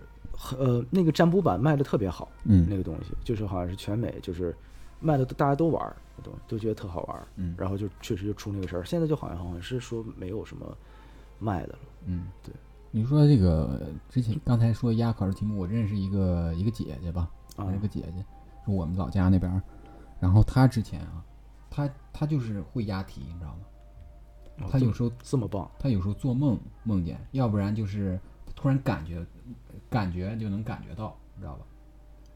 Speaker 3: 呃，那个占卜板卖的特别好，
Speaker 4: 嗯
Speaker 3: 那个东西就是好像是全美就是卖的大家都玩儿，那东西都觉得特好玩儿，
Speaker 4: 嗯
Speaker 3: 然后就确实就出那个事儿。现在就好像好像是说没有什么卖的了，
Speaker 4: 嗯，
Speaker 3: 对。
Speaker 4: 你说这个之前刚才说压考试题目，我认识一个一个姐姐吧，
Speaker 3: 啊
Speaker 4: 我这个姐姐是我们老家那边儿，然后她之前啊，她她就是会押题，你知道吗？
Speaker 3: 哦
Speaker 4: 她有时候
Speaker 3: 这么棒，
Speaker 4: 她有时候做梦梦见，要不然就是突然感觉感觉就能感觉到，你知道吧？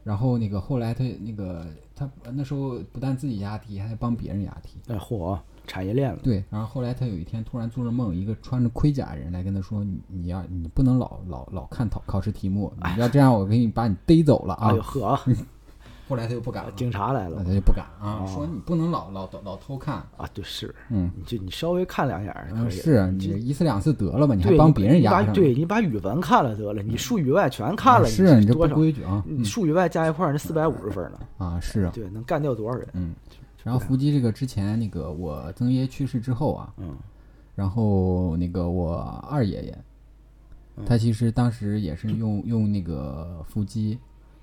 Speaker 4: 然后那个后来她那个她那时候不但自己押题，还帮别人押题，
Speaker 3: 哎嚯、产业链了，
Speaker 4: 对，然后后来他有一天突然做着梦，一个穿着盔甲的人来跟他说：“你你要你不能老老老看考考试题目，你要这样我给你把你逮走了啊
Speaker 3: 哎呦！”呵 啊，
Speaker 4: 后来他就不敢了，
Speaker 3: 警察来
Speaker 4: 那
Speaker 3: 了
Speaker 4: 他就不敢
Speaker 3: 哦
Speaker 4: 啊，说你不能老老老偷看，
Speaker 3: 啊，对是，
Speaker 4: 嗯，
Speaker 3: 你就你稍微看两眼儿
Speaker 4: 嗯
Speaker 3: 可以，
Speaker 4: 是你一次两次得了吧，你还
Speaker 3: 对
Speaker 4: 帮别人
Speaker 3: 你把
Speaker 4: 压上了，啊
Speaker 3: 对你把语文看了得了，你数语外全看了，
Speaker 4: 是你这不
Speaker 3: 多少？嗯
Speaker 4: 规矩啊，
Speaker 3: 你数语外加一块儿，那四百五十分 呢，
Speaker 4: 啊是啊，
Speaker 3: 对，能干掉多少人？
Speaker 4: 嗯，然后伏击这个之前那个我曾爷爷去世之后啊，
Speaker 3: 嗯，
Speaker 4: 然后那个我二爷爷，
Speaker 3: 嗯
Speaker 4: 他其实当时也是用用那个伏击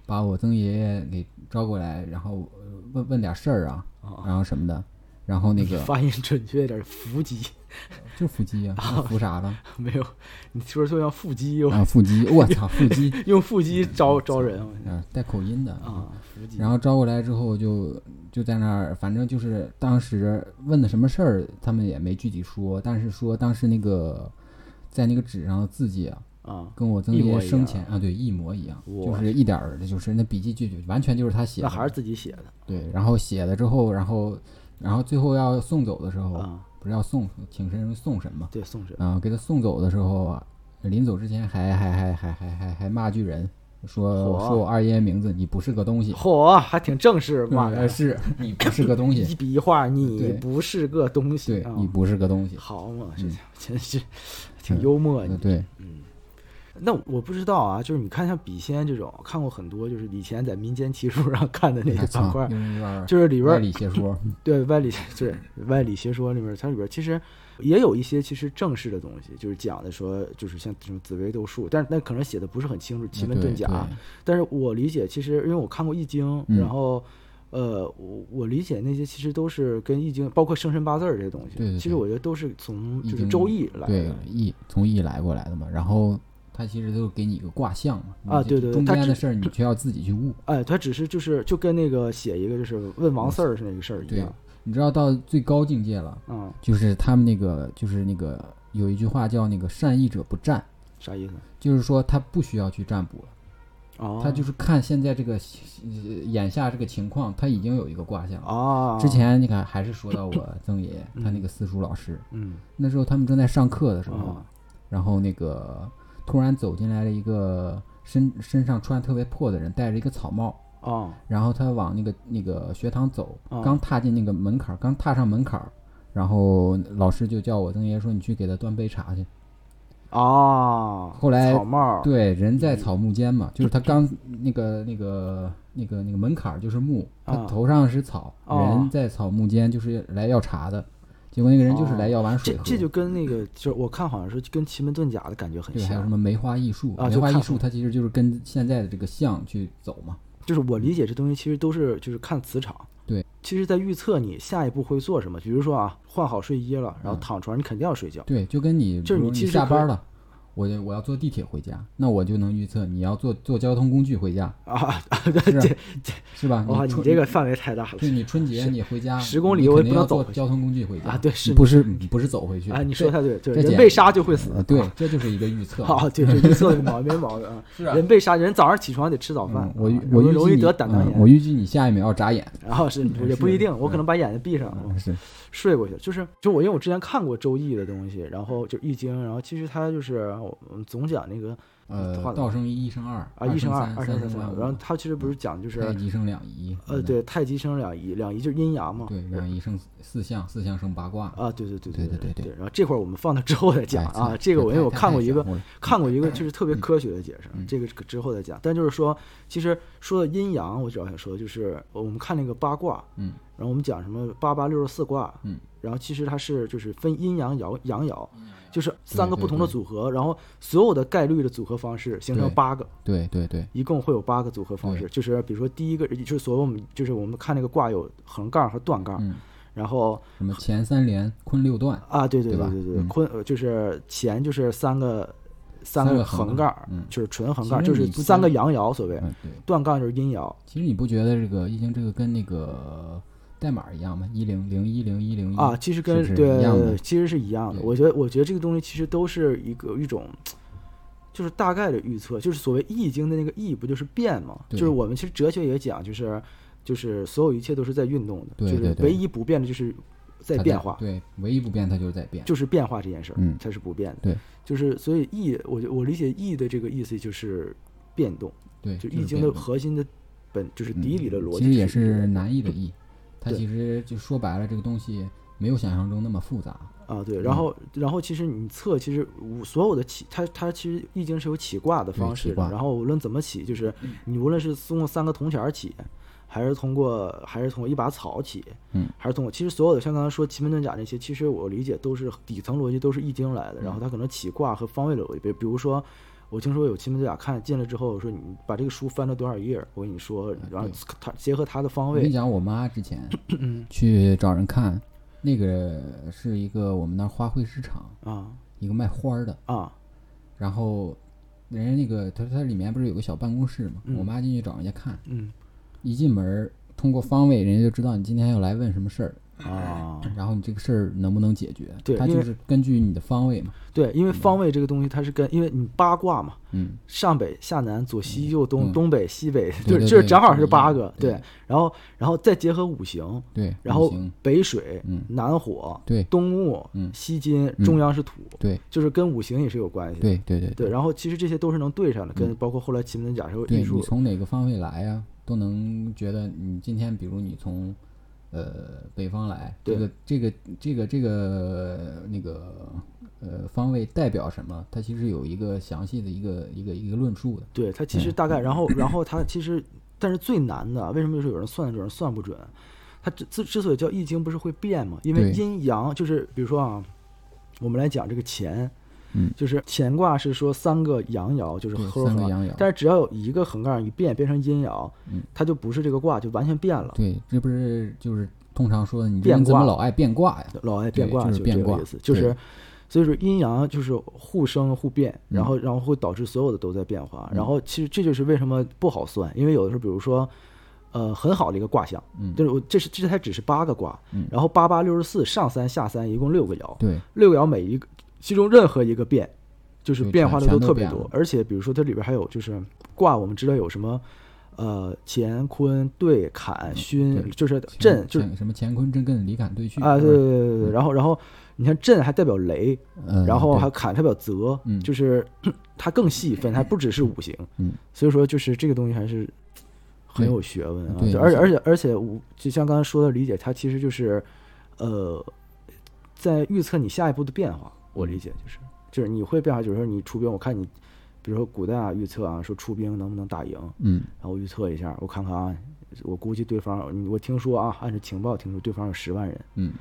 Speaker 4: 把我曾爷爷给招过来，然后呃问问点事儿啊，然后什么的，然后那个
Speaker 3: 哦发音准确一点，伏击
Speaker 4: 就伏 击啊，那伏啥了
Speaker 3: 没有？你说说像腹肌用
Speaker 4: 啊？嗯伏击，我操，伏 击
Speaker 3: 用腹肌招招人
Speaker 4: 啊，带口音的
Speaker 3: 啊，伏击
Speaker 4: 然后招过来之后就就在那儿，反正就是当时问的什么事儿，他们也没具体说，但是说当时那个在那个纸上的字迹啊，
Speaker 3: 啊，
Speaker 4: 跟我曾
Speaker 3: 一模
Speaker 4: 爷
Speaker 3: 一样
Speaker 4: 生前啊对一模一样，就
Speaker 3: 哇
Speaker 4: 是一点儿就是那笔记就就完全就是他写
Speaker 3: 那
Speaker 4: 的，
Speaker 3: 还是自己写的
Speaker 4: 对，然后写了之后，然后然后最后要送走的时候，
Speaker 3: 啊，
Speaker 4: 不是要送请神送神嘛，
Speaker 3: 对，送神
Speaker 4: 啊，给他送走的时候啊，临走之前还还还还还还还骂巨人，说
Speaker 3: 嚯
Speaker 4: 说我二爷爷名字，你不是个东西。
Speaker 3: 嚯，还挺正式嘛，
Speaker 4: 嗯是你不是个东
Speaker 3: 一
Speaker 4: 西，
Speaker 3: 笔一画，你
Speaker 4: 对
Speaker 3: 不是个东西
Speaker 4: 对
Speaker 3: 啊，
Speaker 4: 你不是个东西，
Speaker 3: 好嘛，这真是挺幽默，你
Speaker 4: 嗯对，
Speaker 3: 那我不知道啊，就是你看像笔仙这种，看过很多，就是以前在民间奇书上 看的那些板块
Speaker 4: 啊，有点
Speaker 3: 就是里边
Speaker 4: 外
Speaker 3: 儿
Speaker 4: 里邪说，
Speaker 3: 对歪理， 对歪理邪说里面，它里边其实也有一些其实正式的东西，就是讲的说就是像什么紫微斗数，但是那可能写的不是很清楚，奇门
Speaker 4: 对
Speaker 3: 遁甲。但是我理解，其实因为我看过易经，
Speaker 4: 嗯
Speaker 3: 然后。呃，我我理解那些其实都是跟易经，包括生辰八字儿这些东西，
Speaker 4: 对对对
Speaker 3: 其实我觉得都是从就
Speaker 4: 易
Speaker 3: 是
Speaker 4: 经
Speaker 3: 周易来
Speaker 4: 对
Speaker 3: 的，
Speaker 4: 易从易来过来的嘛，然后他其实都给你一个卦象嘛，你
Speaker 3: 啊
Speaker 4: 这
Speaker 3: 对对对
Speaker 4: 中
Speaker 3: 它
Speaker 4: 间
Speaker 3: 只
Speaker 4: 的事儿你却要自己去悟，
Speaker 3: 哎，它只是就是就跟那个写一个就是问王四儿是那个事儿一
Speaker 4: 对
Speaker 3: 样，，
Speaker 4: 你知道到最高境界了，
Speaker 3: 嗯，
Speaker 4: 就是他们那个就是那个有一句话叫那个善易者不占，
Speaker 3: 啥意思？
Speaker 4: 就是说他不需要去占卜了。
Speaker 3: 哦，
Speaker 4: 他就是看现在这个呃眼下这个情况，他已经有一个卦象了。
Speaker 3: 啊，
Speaker 4: 之前你看，还是说到我曾爷爷，他那个私塾老师，
Speaker 3: 嗯
Speaker 4: 那时候他们正在上课的时候
Speaker 3: 啊，
Speaker 4: 然后那个突然走进来了一个身身上穿特别破的人，戴着一个草帽，
Speaker 3: 哦
Speaker 4: 然后他往那个那个学堂走
Speaker 3: 啊，
Speaker 4: 刚踏进那个门槛儿，刚踏上门槛儿，然后老师就叫我曾爷爷说：“你去给他端杯茶去。
Speaker 3: 哦，
Speaker 4: 后来
Speaker 3: 草帽儿”
Speaker 4: 对，人
Speaker 3: 嗯
Speaker 4: 在草木间嘛，就是他刚那个那个那个那个门槛儿就是木，他
Speaker 3: 啊
Speaker 4: 头上是草，
Speaker 3: 哦
Speaker 4: 人在草木间就是来要茶的。结果那个人就是来要碗水
Speaker 3: 这
Speaker 4: 喝。
Speaker 3: 这就跟那个就是我看好像是跟奇门遁甲的感觉很
Speaker 4: 对，还有什
Speaker 3: 像，
Speaker 4: 么梅花易数？
Speaker 3: 啊
Speaker 4: 梅
Speaker 3: 就
Speaker 4: 花易
Speaker 3: 看
Speaker 4: 数它其实就是跟现在的这个象去走嘛。
Speaker 3: 就是我理解这东西其实都是就是看磁场。
Speaker 4: 对，
Speaker 3: 其实，在预测你下一步会做什么。比如说啊，换好睡衣了，
Speaker 4: 嗯
Speaker 3: 然后躺床，你肯定要睡觉。
Speaker 4: 对，就跟你
Speaker 3: 啊就是
Speaker 4: 比
Speaker 3: 你
Speaker 4: 如你
Speaker 3: 其实
Speaker 4: 下
Speaker 3: 可以
Speaker 4: 班了，我就我要坐地铁回家，那我就能预测你要坐坐交通工具回 家，
Speaker 3: 啊，
Speaker 4: 是 啊
Speaker 3: 这这，
Speaker 4: 是吧？
Speaker 3: 哇，你
Speaker 4: 春
Speaker 3: 这个范围太大了。
Speaker 4: 对你春节你回家
Speaker 3: 10公里
Speaker 4: 你
Speaker 3: 我也不
Speaker 4: 肯定
Speaker 3: 能
Speaker 4: 要
Speaker 3: 走
Speaker 4: 坐
Speaker 3: 回去
Speaker 4: 交通工具回家，
Speaker 3: 啊对是
Speaker 4: 不是不是走回去
Speaker 3: 哎，你说的太对，对，
Speaker 4: 这
Speaker 3: 人
Speaker 4: 简
Speaker 3: 被杀就会死
Speaker 4: 呃。对，这就是一个预测。
Speaker 3: 啊，对，这预测有毛病没毛病啊。
Speaker 4: 是啊
Speaker 3: 人被杀，人早上起床得吃早饭
Speaker 4: 嗯，，我
Speaker 3: 啊
Speaker 4: 预
Speaker 3: 容
Speaker 4: 我
Speaker 3: 易
Speaker 4: 预
Speaker 3: 容
Speaker 4: 计
Speaker 3: 易
Speaker 4: 你
Speaker 3: 得胆囊
Speaker 4: 嗯我
Speaker 3: 炎。
Speaker 4: 预计你下一嗯秒眨眼，
Speaker 3: 然后是也不一定，我可能把眼睛闭上，我
Speaker 4: 是
Speaker 3: 睡过去了。就是就我因为我之前看过《周易》的东西，然后就《易经》，然后其实它就是我们总讲那个
Speaker 4: 呃
Speaker 3: 话，
Speaker 4: 道生一，一生二，
Speaker 3: 啊一生二，
Speaker 4: 三，
Speaker 3: 二
Speaker 4: 三
Speaker 3: 生
Speaker 4: 三
Speaker 3: 三，然后它其实不是讲就是
Speaker 4: 太极生两仪，
Speaker 3: 呃对太极生两仪，两仪就是阴阳嘛。
Speaker 4: 对，两仪生四象，四象生八卦。
Speaker 3: 啊，对对对
Speaker 4: 对
Speaker 3: 对
Speaker 4: 对对
Speaker 3: 对。然后这会儿我们放到之后再讲
Speaker 4: 哎
Speaker 3: 啊
Speaker 4: 操，
Speaker 3: 这个我因为我
Speaker 4: 太
Speaker 3: 看过
Speaker 4: 太
Speaker 3: 一个
Speaker 4: 玄乎了
Speaker 3: 看过一
Speaker 4: 嗯
Speaker 3: 个就是特别科学的解释，啊这个之后再讲。但就是说，其实说到阴阳，我主要想说的就是我们看那个八卦，
Speaker 4: 嗯，
Speaker 3: 然后我们讲什么八八六十四卦，
Speaker 4: 嗯，
Speaker 3: 然后其实它是就是分阴阳爻、阳爻，就是三个
Speaker 4: 对
Speaker 3: 不同的
Speaker 4: 对
Speaker 3: 组合，然后所有的概率的组合方式形成
Speaker 4: 对
Speaker 3: 八个，
Speaker 4: 对对对
Speaker 3: 一共会有八个组合方式，就是比如说第一个就是所谓我们就是我们看那个卦有横杠和断杠，
Speaker 4: 嗯
Speaker 3: 然后。
Speaker 4: 什么乾三连、坤六段，
Speaker 3: 啊，对对
Speaker 4: 对吧
Speaker 3: 对对，
Speaker 4: 嗯
Speaker 3: 坤呃就是乾就是三个三
Speaker 4: 三
Speaker 3: 个
Speaker 4: 个横
Speaker 3: 横
Speaker 4: 杠
Speaker 3: 杠儿，
Speaker 4: 嗯
Speaker 3: 就是纯横
Speaker 4: 其
Speaker 3: 杠儿，
Speaker 4: 实
Speaker 3: 就是
Speaker 4: 你
Speaker 3: 三个
Speaker 4: 三
Speaker 3: 阳爻，所谓
Speaker 4: 嗯，对。
Speaker 3: 断杠就是阴爻
Speaker 4: 其实你不觉得这个易经这个跟那个代码一样吗？一零零一零一零一
Speaker 3: 啊，其实
Speaker 4: 嗯是
Speaker 3: 跟
Speaker 4: 不是一样
Speaker 3: 对
Speaker 4: 的，
Speaker 3: 其实是一样的。
Speaker 4: 对
Speaker 3: 我觉得我觉得这个东西其实都是一个一种。就是大概的预测，就是所谓易经的那个易，不就是变吗？就
Speaker 4: 对
Speaker 3: 是我们其实哲学也讲，就是就是所有一切都是在运动的，
Speaker 4: 对对
Speaker 3: 就是
Speaker 4: 对
Speaker 3: 唯一不变的就是在
Speaker 4: 它
Speaker 3: 变化，
Speaker 4: 对，唯一不变它就是在变，
Speaker 3: 就是变化这件事儿，
Speaker 4: 嗯
Speaker 3: 它是不变的。
Speaker 4: 对，
Speaker 3: 就是所以易，我就我理解易的这个意思就是变动，
Speaker 4: 对，
Speaker 3: 就《
Speaker 4: 是
Speaker 3: 易经》
Speaker 4: 变
Speaker 3: 的
Speaker 4: 化
Speaker 3: 核心的本就是
Speaker 4: 嗯
Speaker 3: 底里的逻辑，
Speaker 4: 其实也是难易的易，它
Speaker 3: 对
Speaker 4: 其实就说白了，这个东西没有想象中那么复杂。
Speaker 3: 啊，
Speaker 4: 嗯
Speaker 3: 对。然后，然后其实你测，其实无所有的起，它它其实《易经》是有起卦的方
Speaker 4: 嗯对起
Speaker 3: 式的，
Speaker 4: 卦嗯
Speaker 3: 然后无论怎么起，就是你无论是通过三个铜钱儿起。还是通过，还是通过一把草起，
Speaker 4: 嗯，
Speaker 3: 还是通过，其实所有的像刚才说奇门遁甲那些，其实我理解都是底层逻辑都是易经来的，
Speaker 4: 嗯
Speaker 3: 然后它可能起卦和方位逻辑，比比如说，我听说有奇门遁甲看进来之后，说你把这个书翻到多少页儿，我跟你说，然后它结合它的方
Speaker 4: 我
Speaker 3: 位
Speaker 4: 啊跟你，讲，我妈之前
Speaker 3: 嗯
Speaker 4: 去找人看，那个是一个我们那儿花卉市场
Speaker 3: 啊
Speaker 4: 一个卖花儿的，
Speaker 3: 啊
Speaker 4: 然后人家那个他他里面不是有个小办公室嘛，
Speaker 3: 嗯
Speaker 4: 我妈进去找人家看，
Speaker 3: 嗯
Speaker 4: 一进门儿通过方位，人家就知道你今天要来问什么事儿，
Speaker 3: 啊，
Speaker 4: 然后你这个事儿能不能解决，
Speaker 3: 对
Speaker 4: 它
Speaker 3: 因
Speaker 4: 就
Speaker 3: 为
Speaker 4: 是根据你的方位嘛，
Speaker 3: 对，因为方位这个东西它是跟，因为你八卦嘛，
Speaker 4: 嗯，
Speaker 3: 上北下南左西右东、东北西北，
Speaker 4: 对对
Speaker 3: 就是
Speaker 4: 对
Speaker 3: 正好
Speaker 4: 这
Speaker 3: 是
Speaker 4: 一
Speaker 3: 八
Speaker 4: 样
Speaker 3: 个，
Speaker 4: 对
Speaker 3: 然后然后再结合五行，
Speaker 4: 对，
Speaker 3: 然
Speaker 4: 五
Speaker 3: 后
Speaker 4: 行
Speaker 3: 北水、
Speaker 4: 嗯
Speaker 3: 南火、
Speaker 4: 对
Speaker 3: 东木、
Speaker 4: 嗯
Speaker 3: 西金，中央是土，
Speaker 4: 对
Speaker 3: 就是跟五行也是有关系的。
Speaker 4: 对对对
Speaker 3: 对，然后其实这些都是能对上的，跟包括后来奇门遁甲是有艺
Speaker 4: 对，你
Speaker 3: 术，
Speaker 4: 从哪个方位来呀、都能觉得你今天，比如你从呃北方来，这
Speaker 3: 对
Speaker 4: 个这个这个这个那个呃方位代表什么，它其实有一个详细的一个一个一个论述的。嗯
Speaker 3: 对它其实大概，然后然后它其实，但是最难的，为什么就是有人算得准，有人算不准？它之之之所以叫易经，不是会变吗？因为
Speaker 4: 对
Speaker 3: 阴阳就是，比如说啊，我们来讲这个乾，
Speaker 4: 嗯
Speaker 3: 就是乾卦是说三个阳爻，就是
Speaker 4: 对
Speaker 3: 合
Speaker 4: 三个
Speaker 3: 合
Speaker 4: 阳爻
Speaker 3: 但是只要有一个横杠一变变成阴爻，
Speaker 4: 嗯
Speaker 3: 它就不是这个卦，就完全变了。
Speaker 4: 对，这不是就是通常说的你这
Speaker 3: 变
Speaker 4: 人怎么
Speaker 3: 卦
Speaker 4: 老爱变卦呀？
Speaker 3: 老爱变卦
Speaker 4: 对就是
Speaker 3: 是这
Speaker 4: 变
Speaker 3: 个
Speaker 4: 卦
Speaker 3: 意思，就是
Speaker 4: 对
Speaker 3: 所以说阴阳就是互生互变，
Speaker 4: 嗯
Speaker 3: 然后然后会导致所有的都在变化，然后其实这就是为什么不好算，因为有的时候比如说。呃，很好的一个卦象，
Speaker 4: 嗯
Speaker 3: 就是我这是这才只是八个卦，
Speaker 4: 嗯
Speaker 3: 然后八八六十四上三下三，一共六个爻，
Speaker 4: 对
Speaker 3: 六个爻每一个其中任何一个变，就是
Speaker 4: 对
Speaker 3: 变化的
Speaker 4: 全
Speaker 3: 都
Speaker 4: 全都
Speaker 3: 特别
Speaker 4: 变
Speaker 3: 多
Speaker 4: 了，
Speaker 3: 而且比如说它里边还有就是卦，我们知道有什么，呃，乾坤兑坎巽，
Speaker 4: 嗯对
Speaker 3: 就是
Speaker 4: 乾
Speaker 3: 震，就是
Speaker 4: 乾什么乾坤震艮离坎兑巽
Speaker 3: 啊，
Speaker 4: 是
Speaker 3: 对
Speaker 4: 吧
Speaker 3: 对对对对，然后然后你看震还代表雷，
Speaker 4: 嗯
Speaker 3: 然后
Speaker 4: 对
Speaker 3: 还坎代表泽，
Speaker 4: 嗯
Speaker 3: 就是 咳它更细分，它不只是五行，
Speaker 4: 嗯，
Speaker 3: 所以说就是这个东西还是很
Speaker 4: 对
Speaker 3: 有学问啊，
Speaker 4: 对
Speaker 3: 就
Speaker 4: 没
Speaker 3: 而且
Speaker 4: 错
Speaker 3: 而且而且五就像刚才说的理解，它其实就是呃，在预测你下一步的变化，我理解就是就是你会变化，就是说你出兵，我看你。比如说古代啊，预测啊，说出兵能不能打赢，
Speaker 4: 嗯
Speaker 3: 然后我预测一下，我看看啊，我估计对方，我听说啊，按照情报听说对方有十万人，
Speaker 4: 嗯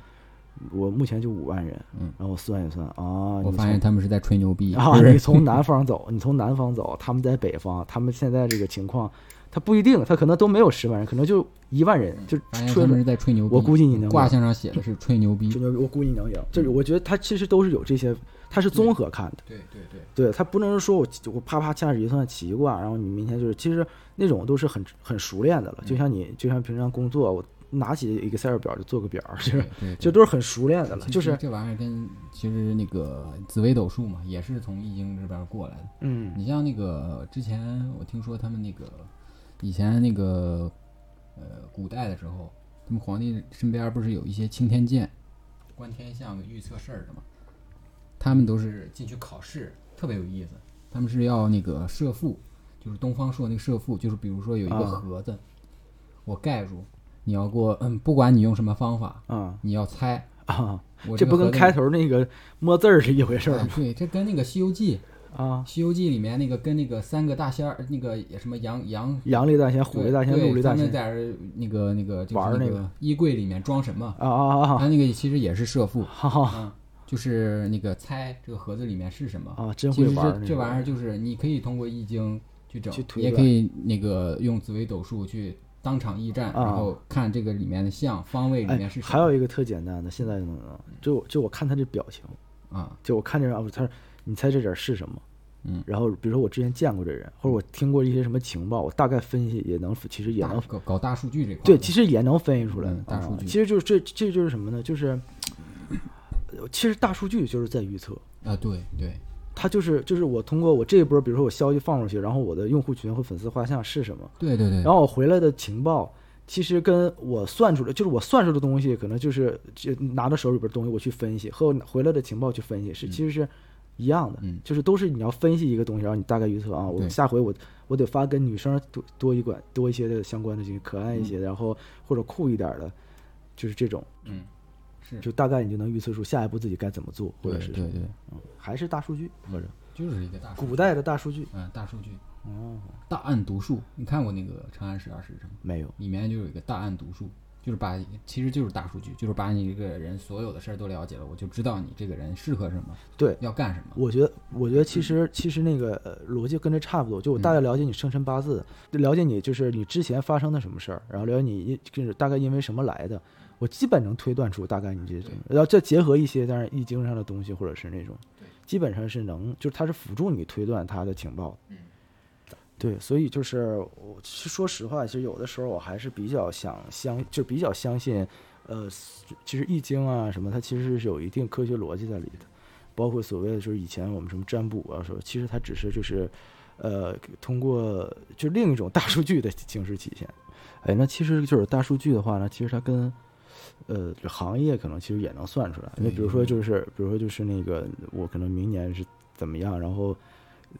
Speaker 3: 我目前就五万人，
Speaker 4: 嗯
Speaker 3: 然后我算一算啊，
Speaker 4: 我
Speaker 3: 我
Speaker 4: 发现他们是在吹牛逼，
Speaker 3: 啊，
Speaker 4: 就是
Speaker 3: 你从南方走，你从南方走，他们在北方，他们现在这个情况，他不一定，他可能都没有十万人，可能就一万人，就
Speaker 4: 嗯发现
Speaker 3: 吹
Speaker 4: 他
Speaker 3: 了
Speaker 4: 们嗯是在吹牛逼。
Speaker 3: 我估计你能
Speaker 4: 卦
Speaker 3: 赢
Speaker 4: 象上写的是吹牛逼。
Speaker 3: 这牛逼，我估计能赢。就是我觉得他其实都是有这些，他是综合看的，
Speaker 4: 对对对，
Speaker 3: 对他不能说我我啪啪掐指一算起一卦，然后你明天就是其实那种都是很很熟练的了，
Speaker 4: 嗯
Speaker 3: 就像你就像平常工作，我拿起 Excel 表就做个表， 就是
Speaker 4: 对
Speaker 3: 就都是很熟练的了，
Speaker 4: 其
Speaker 3: 就
Speaker 4: 实
Speaker 3: 是
Speaker 4: 这玩意儿跟其实那个紫微斗数嘛，也是从易经这边过来的。
Speaker 3: 嗯
Speaker 4: 你像那个之前我听说他们那个以前那个呃古代的时候，他们皇帝身边不是有一些青天剑，观天象预测事儿的嘛？他们都是进去考试，特别有意思。他们是要那个设父，就是东方朔那个设父，就是比如说有一个
Speaker 3: 啊
Speaker 4: 盒子，我盖住，你要给我，嗯，不管你用什么方法，
Speaker 3: 啊
Speaker 4: 你要猜。
Speaker 3: 啊，
Speaker 4: 我
Speaker 3: 这
Speaker 4: 个
Speaker 3: 不跟
Speaker 4: 盒子
Speaker 3: 开头那个摸字儿是一回事儿
Speaker 4: 哎
Speaker 3: 吗？
Speaker 4: 对，这跟那个《西游记》
Speaker 3: 啊
Speaker 4: 《西游记》里面那个跟那个三个大仙儿，那个什么杨杨
Speaker 3: 阳历大仙、虎历大仙、
Speaker 4: 对
Speaker 3: 陆历大
Speaker 4: 他们
Speaker 3: 仙
Speaker 4: 在这儿那个那个就是
Speaker 3: 玩儿
Speaker 4: 那
Speaker 3: 那
Speaker 4: 个
Speaker 3: 个
Speaker 4: 衣柜里面装什么，
Speaker 3: 啊啊啊
Speaker 4: 他那个其实也是设父，
Speaker 3: 啊！哈
Speaker 4: 嗯，就是那个猜这个盒子里面是什么。
Speaker 3: 啊，真
Speaker 4: 其
Speaker 3: 会
Speaker 4: 实
Speaker 3: 玩儿
Speaker 4: 这
Speaker 3: 那
Speaker 4: 这
Speaker 3: 个
Speaker 4: 玩意儿就是你可以通过易经去整
Speaker 3: 去，推
Speaker 4: 也可
Speaker 3: 断
Speaker 4: 以那个用紫微斗数去当场易战，然
Speaker 3: 啊哎
Speaker 4: 后看这个里面的象方位里面是什么。
Speaker 3: 还有一个特简单的，现在就能了就我就我看他这表情，
Speaker 4: 啊，
Speaker 3: 就我看这人啊，他说你猜这点儿是什么？
Speaker 4: 嗯，
Speaker 3: 然后比如说我之前见过这人，或者我听过一些什么情报，我大概分析也能，其实也
Speaker 4: 大
Speaker 3: 能，
Speaker 4: 搞搞大数据这块儿。
Speaker 3: 对，其实也能分析出来的
Speaker 4: 嗯。大
Speaker 3: 啊
Speaker 4: 数据
Speaker 3: 其实就是这这就是什么呢？就是呃其实大数据就是在预测，
Speaker 4: 啊，对对，
Speaker 3: 它就是就是我通过我这一波，比如说我消息放出去，然后我的用户群和粉丝画像是什么，
Speaker 4: 对对对
Speaker 3: 然，后我回来的情报，其实跟我算出来，就是我算出的东西，可能就是就拿到手里边的东西，我去分析和我回来的情报去分析，是其实是一样的，
Speaker 4: 嗯
Speaker 3: 就是都是你要分析一个东西，然后你大概预测啊，我
Speaker 4: 对
Speaker 3: 下回我我得发跟女生多多一管多一些的相关的这些可爱一些，然后或者酷一点的，就是这种，
Speaker 4: 嗯，是
Speaker 3: 就大概你就能预测出下一步自己该怎么做，或
Speaker 4: 对
Speaker 3: 者是
Speaker 4: 对对，
Speaker 3: 还是大数据，我认为
Speaker 4: 就是一个大数
Speaker 3: 古代的大数据，
Speaker 4: 嗯，大数据，
Speaker 3: 哦，
Speaker 4: 大案读书，你看过那个《长安十二时辰》吗？
Speaker 3: 没有，
Speaker 4: 里面就有一个大案读书，就是把，其实就是大数据，就是把你这个人所有的事儿都了解了，我就知道你这个人适合什么，
Speaker 3: 对，
Speaker 4: 要干什么。
Speaker 3: 我觉得，我觉得其实其实那个呃逻辑跟这差不多，就我
Speaker 4: 嗯
Speaker 3: 大概了解你生辰八字，了解你就是你之前发生的什么事儿，然后了解你因就是大概因为什么来的，我基本能推断出大概你这，然后再结合一些当然易经上的东西或者是那种，基本上是能就是它是辅助你推断它的情报。嗯，对，所以就是我其实说实话，其实有的时候我还是比较想相，就比较相信，呃，其实易经啊什么，它其实是有一定科学逻辑在里的。包括所谓的就是以前我们什么占卜啊，说其实它只是就是，呃，通过就另一种大数据的形式体现。 哎，那其实就是大数据的话呢，其实它跟呃行业可能其实也能算出来。那比如说就是比如说就是那个我可能明年是怎么样，然后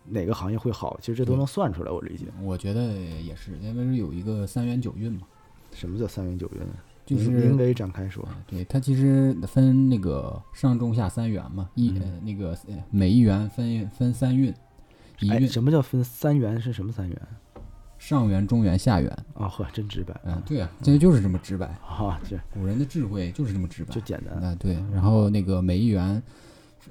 Speaker 3: 哪个行业会好，其实这都能算出来。我理解，
Speaker 4: 我觉得也是，因为是有一个三元九运嘛，
Speaker 3: 什么叫三元九运呢？
Speaker 4: 就是
Speaker 3: 您您可以展开说。哎
Speaker 4: 对，它其实分那个上中下三元嘛，一、呃那个呃每一元分分三运，一
Speaker 3: 哎，
Speaker 4: 运、
Speaker 3: 什么叫分三元？是什么三元？
Speaker 4: 上元、中元、下元。
Speaker 3: 啊，呵，真直白
Speaker 4: 嗯，对啊，这就是这么直白，
Speaker 3: 啊，这
Speaker 4: 古人的智慧就是这么直白
Speaker 3: 就。简单
Speaker 4: 啊，对，然后那个每一元，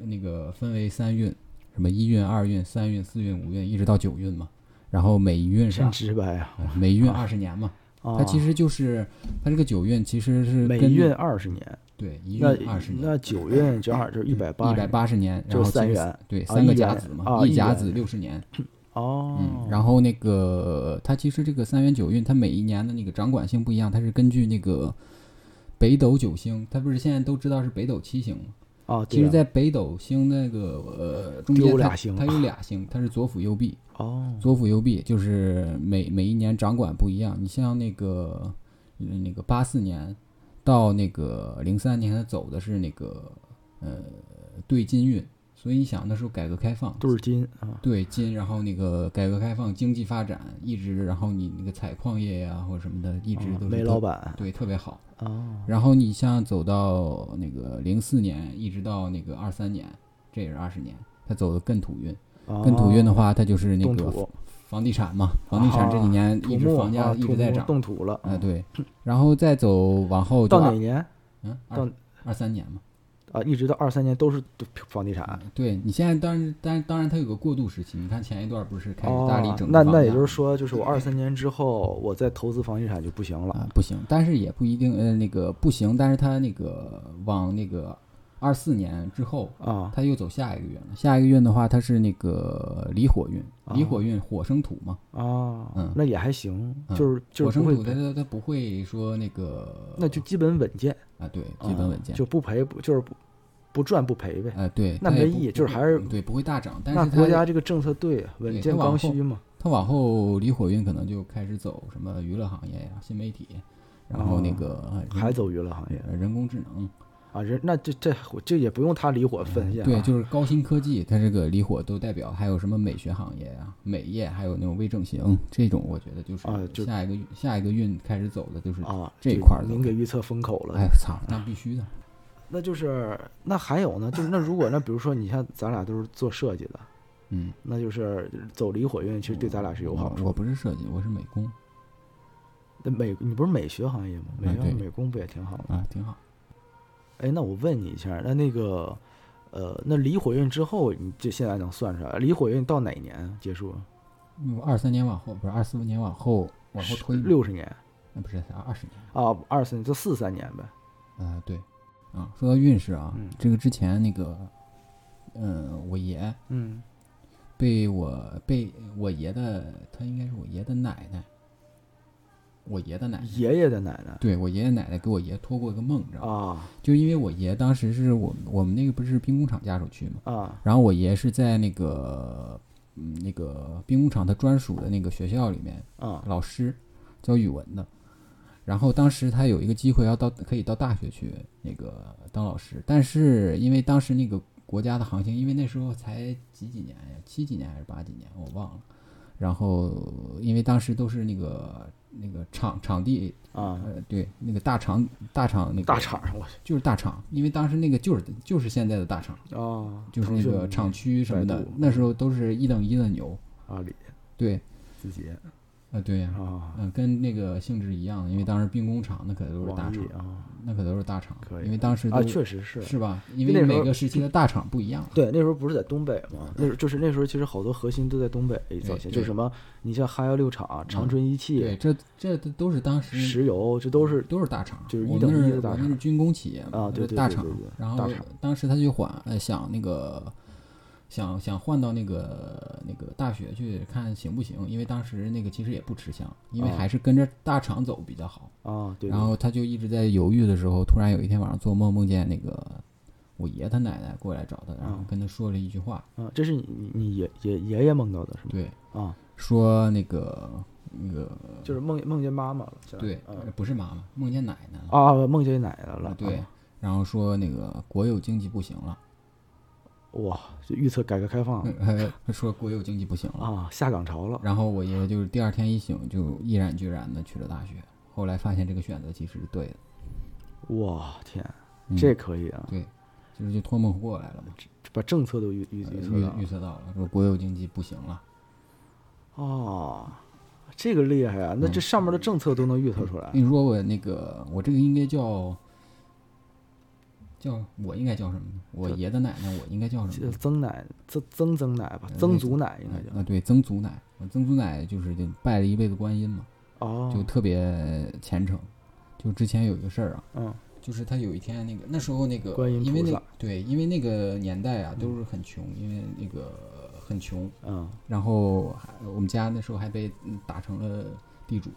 Speaker 4: 那个分为三运，什么一运、二运、三运、四运、五运，一直到九运嘛。然后每一运是
Speaker 3: 真
Speaker 4: 二
Speaker 3: 直白啊！
Speaker 4: 呃每一运二十年嘛，
Speaker 3: 啊
Speaker 4: 它其实就是它这个九运其实是
Speaker 3: 每
Speaker 4: 根据
Speaker 3: 运二十年，
Speaker 4: 对一运
Speaker 3: 那
Speaker 4: 二十年，嗯
Speaker 3: 那九运就二就一百八，
Speaker 4: 一百八十年，然
Speaker 3: 就
Speaker 4: 后
Speaker 3: 三
Speaker 4: 其实
Speaker 3: 元
Speaker 4: 对
Speaker 3: 啊
Speaker 4: 三个
Speaker 3: 一
Speaker 4: 甲
Speaker 3: 元
Speaker 4: 子嘛，
Speaker 3: 啊
Speaker 4: 一
Speaker 3: 一
Speaker 4: 甲
Speaker 3: 元
Speaker 4: 子六十年，
Speaker 3: 哦，
Speaker 4: 嗯，然后那个它其实这个三元九运，它每一年的那个掌管性不一样，它是根据那个北斗九星，它不是现在都知道是北斗七星吗？
Speaker 3: 啊，
Speaker 4: 其
Speaker 3: 对
Speaker 4: 实，
Speaker 3: 啊
Speaker 4: 在北斗星那个呃中间
Speaker 3: 丢
Speaker 4: 它，
Speaker 3: 俩星
Speaker 4: 它有俩星，它是左辅右弼，
Speaker 3: 哦，
Speaker 4: 左辅右弼就是每每一年掌管不一样。你像那个呃那个八四年到那个零三年，它走的是那个呃对金运，所以你想那时候改革开放
Speaker 3: 都是金啊，
Speaker 4: 对金，然后那个改革开放经济发展一直，然后你那个采矿业呀、或者什么的，一直
Speaker 3: 啊
Speaker 4: 都是
Speaker 3: 煤
Speaker 4: 特
Speaker 3: 老板
Speaker 4: 对特别好。
Speaker 3: 哦，
Speaker 4: 然后你像走到那个零四年，一直到那个二三年，这也是二十年，它走的艉土运。艮
Speaker 3: 跟
Speaker 4: 土运的，话，它就是那
Speaker 3: 动
Speaker 4: 个
Speaker 3: 哦土，
Speaker 4: 房地产嘛，房地产这几年
Speaker 3: 土
Speaker 4: 一直
Speaker 3: 木
Speaker 4: 房价
Speaker 3: 啊
Speaker 4: 一
Speaker 3: 土
Speaker 4: 直在
Speaker 3: 木
Speaker 4: 涨。哎
Speaker 3: 动土了
Speaker 4: 啊，，对，然后再走往后就
Speaker 3: 到
Speaker 4: 二
Speaker 3: 哪年？
Speaker 4: 嗯，
Speaker 3: 到
Speaker 4: 二二三年嘛。
Speaker 3: 啊，一直到二三年都是房地产。
Speaker 4: 对你现在当然，当然，当然，它有个过渡时期。你看前一段不是开始大力整、
Speaker 3: 哦？那那也就是说，就是我二三年之后，我再投资房地产就不行了。
Speaker 4: 啊，不行，但是也不一定，呃，那个不行，但是它那个往那个二四年之后
Speaker 3: 啊，
Speaker 4: 它又走下一个运了。下一个运的话，它是那个离火运，
Speaker 3: 哦
Speaker 4: 离火运火生土嘛。
Speaker 3: 啊，
Speaker 4: 嗯，
Speaker 3: 那也还行，就是就是
Speaker 4: 火生土，它它它不会说那个，
Speaker 3: 那就基本稳健。
Speaker 4: 啊，对，基本稳
Speaker 3: 嗯、
Speaker 4: 健，
Speaker 3: 就不赔，不就是不不赚不赔呗。
Speaker 4: 哎、呃，对，
Speaker 3: 那没意义，就是还是
Speaker 4: 对不会大涨。但
Speaker 3: 那国家这个政策对，啊稳健刚需嘛。
Speaker 4: 它往后离火运可能就开始走什么娱乐行业呀、啊、新媒体，然后那个、呃
Speaker 3: 哦、还走娱乐行业、
Speaker 4: 人工智能
Speaker 3: 啊，人那这这这也不用它离火分线、啊
Speaker 4: 嗯。对，就是高新科技，它这个离火都代表，还有什么美学行业呀、啊、美业，还有那种微整形这种，我觉得就是
Speaker 3: 啊，就
Speaker 4: 下一个下一个运开始走的就是
Speaker 3: 啊
Speaker 4: 这一块儿。
Speaker 3: 您给预测风口了，
Speaker 4: 哎操，那必须的。
Speaker 3: 那就是那还有呢，就是那如果那比如说你像咱俩都是做设计的，
Speaker 4: 嗯，
Speaker 3: 那就是走离火运，其实对咱俩是有好处。
Speaker 4: 我不是设计，我是美工。
Speaker 3: 那美你不是美学行业吗？美学、
Speaker 4: 啊、
Speaker 3: 美工不也挺好吗？
Speaker 4: 啊，挺好。
Speaker 3: 哎，那我问你一下，那那个呃，那离火运之后，你这现在能算出来？离火运到哪年结束？啊
Speaker 4: 嗯二三年往后不是二四年往后往后推嗯
Speaker 3: 六十年？
Speaker 4: 那不是二十年
Speaker 3: 啊？二十年就四三年呗。
Speaker 4: 啊、呃，对。啊，说到运势啊，
Speaker 3: 嗯、
Speaker 4: 这个之前那个，嗯，我爷，
Speaker 3: 嗯，
Speaker 4: 被我被我爷的，他应该是我爷的奶奶，我爷的奶奶，
Speaker 3: 爷爷的奶奶，
Speaker 4: 对我爷爷奶奶给我爷托过一个梦，你知道吗？
Speaker 3: 啊，
Speaker 4: 就因为我爷当时是我我们那个不是兵工厂家属区嘛，
Speaker 3: 啊，
Speaker 4: 然后我爷是在那个嗯那个兵工厂他专属的那个学校里面
Speaker 3: 啊，
Speaker 4: 老师教语文的。然后当时他有一个机会要到，可以到大学去那个当老师，但是因为当时那个国家的行情，因为那时候才几几年呀，七几年还是八几年，我忘了。然后因为当时都是那个那个场场地
Speaker 3: 啊、
Speaker 4: 呃，对，那个大厂大厂那个
Speaker 3: 大厂，我
Speaker 4: 就是大厂，因为当时那个就是就是现在的大厂
Speaker 3: 啊，哦、
Speaker 4: 就是那个厂区什么的，那时候都是一等一的牛
Speaker 3: 阿里，
Speaker 4: 对，
Speaker 3: 字节。
Speaker 4: 啊，对呀、
Speaker 3: 啊，
Speaker 4: 嗯、呃，跟那个性质一样，因为当时兵工厂那可都是大厂，
Speaker 3: 啊、
Speaker 4: 那可都是大厂，
Speaker 3: 可
Speaker 4: 因为当时
Speaker 3: 啊，确实
Speaker 4: 是
Speaker 3: 是
Speaker 4: 吧？因为每个时期的大厂不一样。
Speaker 3: 对，那时候不是在东北嘛？
Speaker 4: 嗯
Speaker 3: 那时候就是那时候，其实好多核心都在东北。早前就什么，你像哈药六厂、长春一汽，
Speaker 4: 哎嗯对，这这都是当时
Speaker 3: 石油，这都是
Speaker 4: 都是大厂，
Speaker 3: 就是一等一的大厂，
Speaker 4: 是军工企业
Speaker 3: 啊，对
Speaker 4: 大厂。然后当时他就缓呃想那个。想想换到那个那个大学去看行不行？因为当时那个其实也不吃香，因为还是跟着大厂走比较好
Speaker 3: 啊。对。
Speaker 4: 然后他就一直在犹豫的时候，突然有一天晚上做梦，梦见那个我爷他奶奶过来找他，然后跟他说了一句话。
Speaker 3: 啊，这是你你你爷爷爷爷梦到的是吗？
Speaker 4: 对
Speaker 3: 啊，
Speaker 4: 说那个那个
Speaker 3: 就是梦梦见妈妈了。
Speaker 4: 对，不是妈妈，梦见奶奶了
Speaker 3: 啊，梦见奶奶了。啊
Speaker 4: 对，然后说那个国有经济不行了。
Speaker 3: 哇，就预测改革开放，
Speaker 4: 嗯、说国有经济不行了
Speaker 3: 啊，下岗潮了。
Speaker 4: 然后我爷爷就是第二天一醒就毅然决然的去了大学，后来发现这个选择其实是对的。
Speaker 3: 哇天，这可以啊！
Speaker 4: 嗯、对，就是就托梦过来了嘛，
Speaker 3: 把政策都预预
Speaker 4: 预
Speaker 3: 测
Speaker 4: 预测到了，说国有经济不行了。
Speaker 3: 哦，这个厉害啊！
Speaker 4: 嗯
Speaker 3: 那这上面的政策都能预测出来。
Speaker 4: 你说我那个，我这个应该叫。叫我应该叫什么呢？我爷的奶奶，我应该叫什么？
Speaker 3: 曾呃奶，曾曾曾奶吧，
Speaker 4: 嗯
Speaker 3: 曾祖奶应该叫。
Speaker 4: 啊，对，曾祖奶，我曾祖奶就是拜了一辈子观音嘛，
Speaker 3: 哦，
Speaker 4: 嗯就特别虔诚。就之前有一个事儿啊，
Speaker 3: 嗯，
Speaker 4: 就是他有一天那个那时候那个
Speaker 3: 观音
Speaker 4: 因为那对，因为那个年代啊都是很穷，因为那个很穷，
Speaker 3: 嗯，
Speaker 4: 然后我们家那时候还被打成了地主。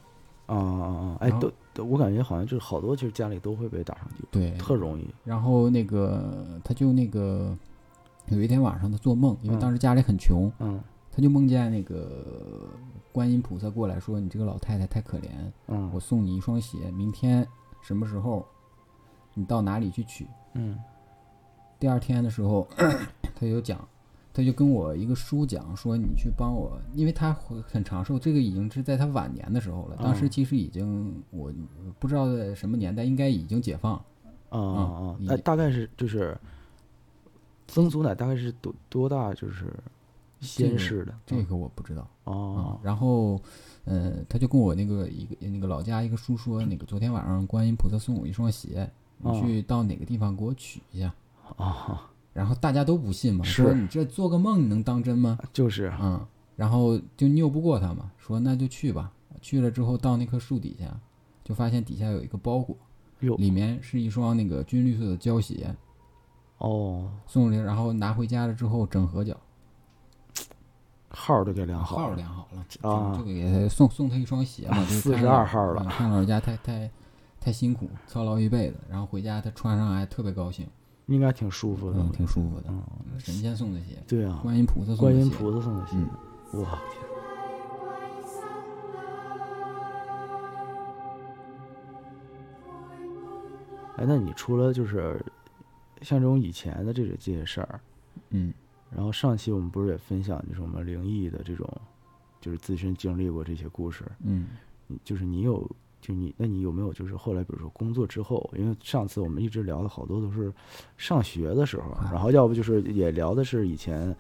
Speaker 3: 啊啊啊！哎，都我感觉好像就是好多，就是家里都会被打上地主，
Speaker 4: 对，
Speaker 3: 特容易。
Speaker 4: 然后那个他就那个有一天晚上他做梦，因为当时家里很穷，
Speaker 3: 嗯，
Speaker 4: 他就梦见那个观音菩萨过来说：“你这个老太太太可怜，
Speaker 3: 嗯，
Speaker 4: 我送你一双鞋，明天什么时候你到哪里去取？”
Speaker 3: 嗯，
Speaker 4: 第二天的时候他就讲。他就跟我一个叔讲说，你去帮我，因为他很长寿，这个已经是在他晚年的时候了。当时其实已经我不知道在什么年代，应该已经解放。
Speaker 3: 啊啊！
Speaker 4: 哎，
Speaker 3: 大概是就是曾祖奶大概是多多大？就是先逝的、
Speaker 4: 这个，这个我不知道。
Speaker 3: 哦、
Speaker 4: 啊，然后呃，他就跟我那个一个那个老家一个叔说，那个昨天晚上观音菩萨送我一双鞋，你去
Speaker 3: 哦
Speaker 4: 到哪个地方给我取一下。
Speaker 3: 啊，
Speaker 4: 然后大家都不信嘛，
Speaker 3: 是啊
Speaker 4: 说你这做个梦你能当真吗？
Speaker 3: 就是
Speaker 4: 嗯，然后就拗不过他嘛，说那就去吧。去了之后到那棵树底下，就发现底下有一个包裹，
Speaker 3: 哟
Speaker 4: 里面是一双那个军绿色的胶鞋，
Speaker 3: 哦，
Speaker 4: 送了，然后拿回家了之后整合脚，
Speaker 3: 号儿都给量好
Speaker 4: 号
Speaker 3: 了，
Speaker 4: 量好了，
Speaker 3: 啊
Speaker 4: 就就给他送送他一双鞋嘛，
Speaker 3: 啊
Speaker 4: 就是
Speaker 3: 42
Speaker 4: 看老
Speaker 3: 号了
Speaker 4: 嗯看老人家太太太辛苦，操劳一辈子，然后回家他穿上还特别高兴，
Speaker 3: 应该挺舒服的。
Speaker 4: 嗯，挺舒服的，神仙送的鞋，
Speaker 3: 对啊，
Speaker 4: 观音菩萨送
Speaker 3: 观
Speaker 4: 的
Speaker 3: 音
Speaker 4: 鞋，
Speaker 3: 菩萨送的鞋，
Speaker 4: 嗯
Speaker 3: 我天！哎，那你除了就是像这种以前的这个这些事儿，
Speaker 4: 嗯。
Speaker 3: 然后上期我们不是也分享就是我们灵异的这种，就是自身经历过这些故事，
Speaker 4: 嗯
Speaker 3: 你就是你有，就你，那你有没有就是后来，比如说工作之后，因为上次我们一直聊的好多都是上学的时候，啊然后要不就是也聊的是以前，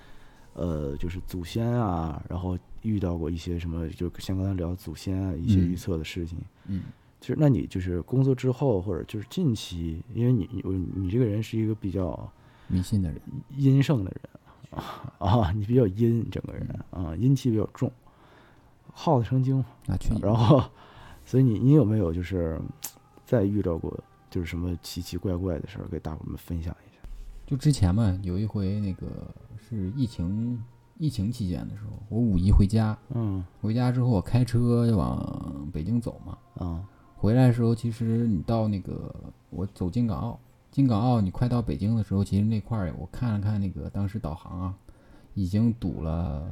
Speaker 3: 呃，就是祖先啊，然后遇到过一些什么，就像刚才聊祖先啊一些
Speaker 4: 嗯
Speaker 3: 预测的事情。
Speaker 4: 嗯
Speaker 3: 其实，那你就是工作之后，或者就是近期，因为你你你这个人是一个比较
Speaker 4: 迷信的人，
Speaker 3: 阴盛的人啊， 你比较阴，整个人啊，阴气比较重，耗子成精嘛
Speaker 4: 那去你
Speaker 3: 啊然后，所以你你有没有就是再遇到过就是什么奇奇怪怪的事儿，给大伙儿们分享一下？
Speaker 4: 就之前嘛，有一回那个是疫情疫情期间的时候，我五一回家，
Speaker 3: 嗯
Speaker 4: 回家之后我开车就往北京走嘛，
Speaker 3: 啊
Speaker 4: 回来的时候，其实你到那个我走京港澳，京港澳你快到北京的时候，其实那块儿我看了看那个当时导航啊，已经堵了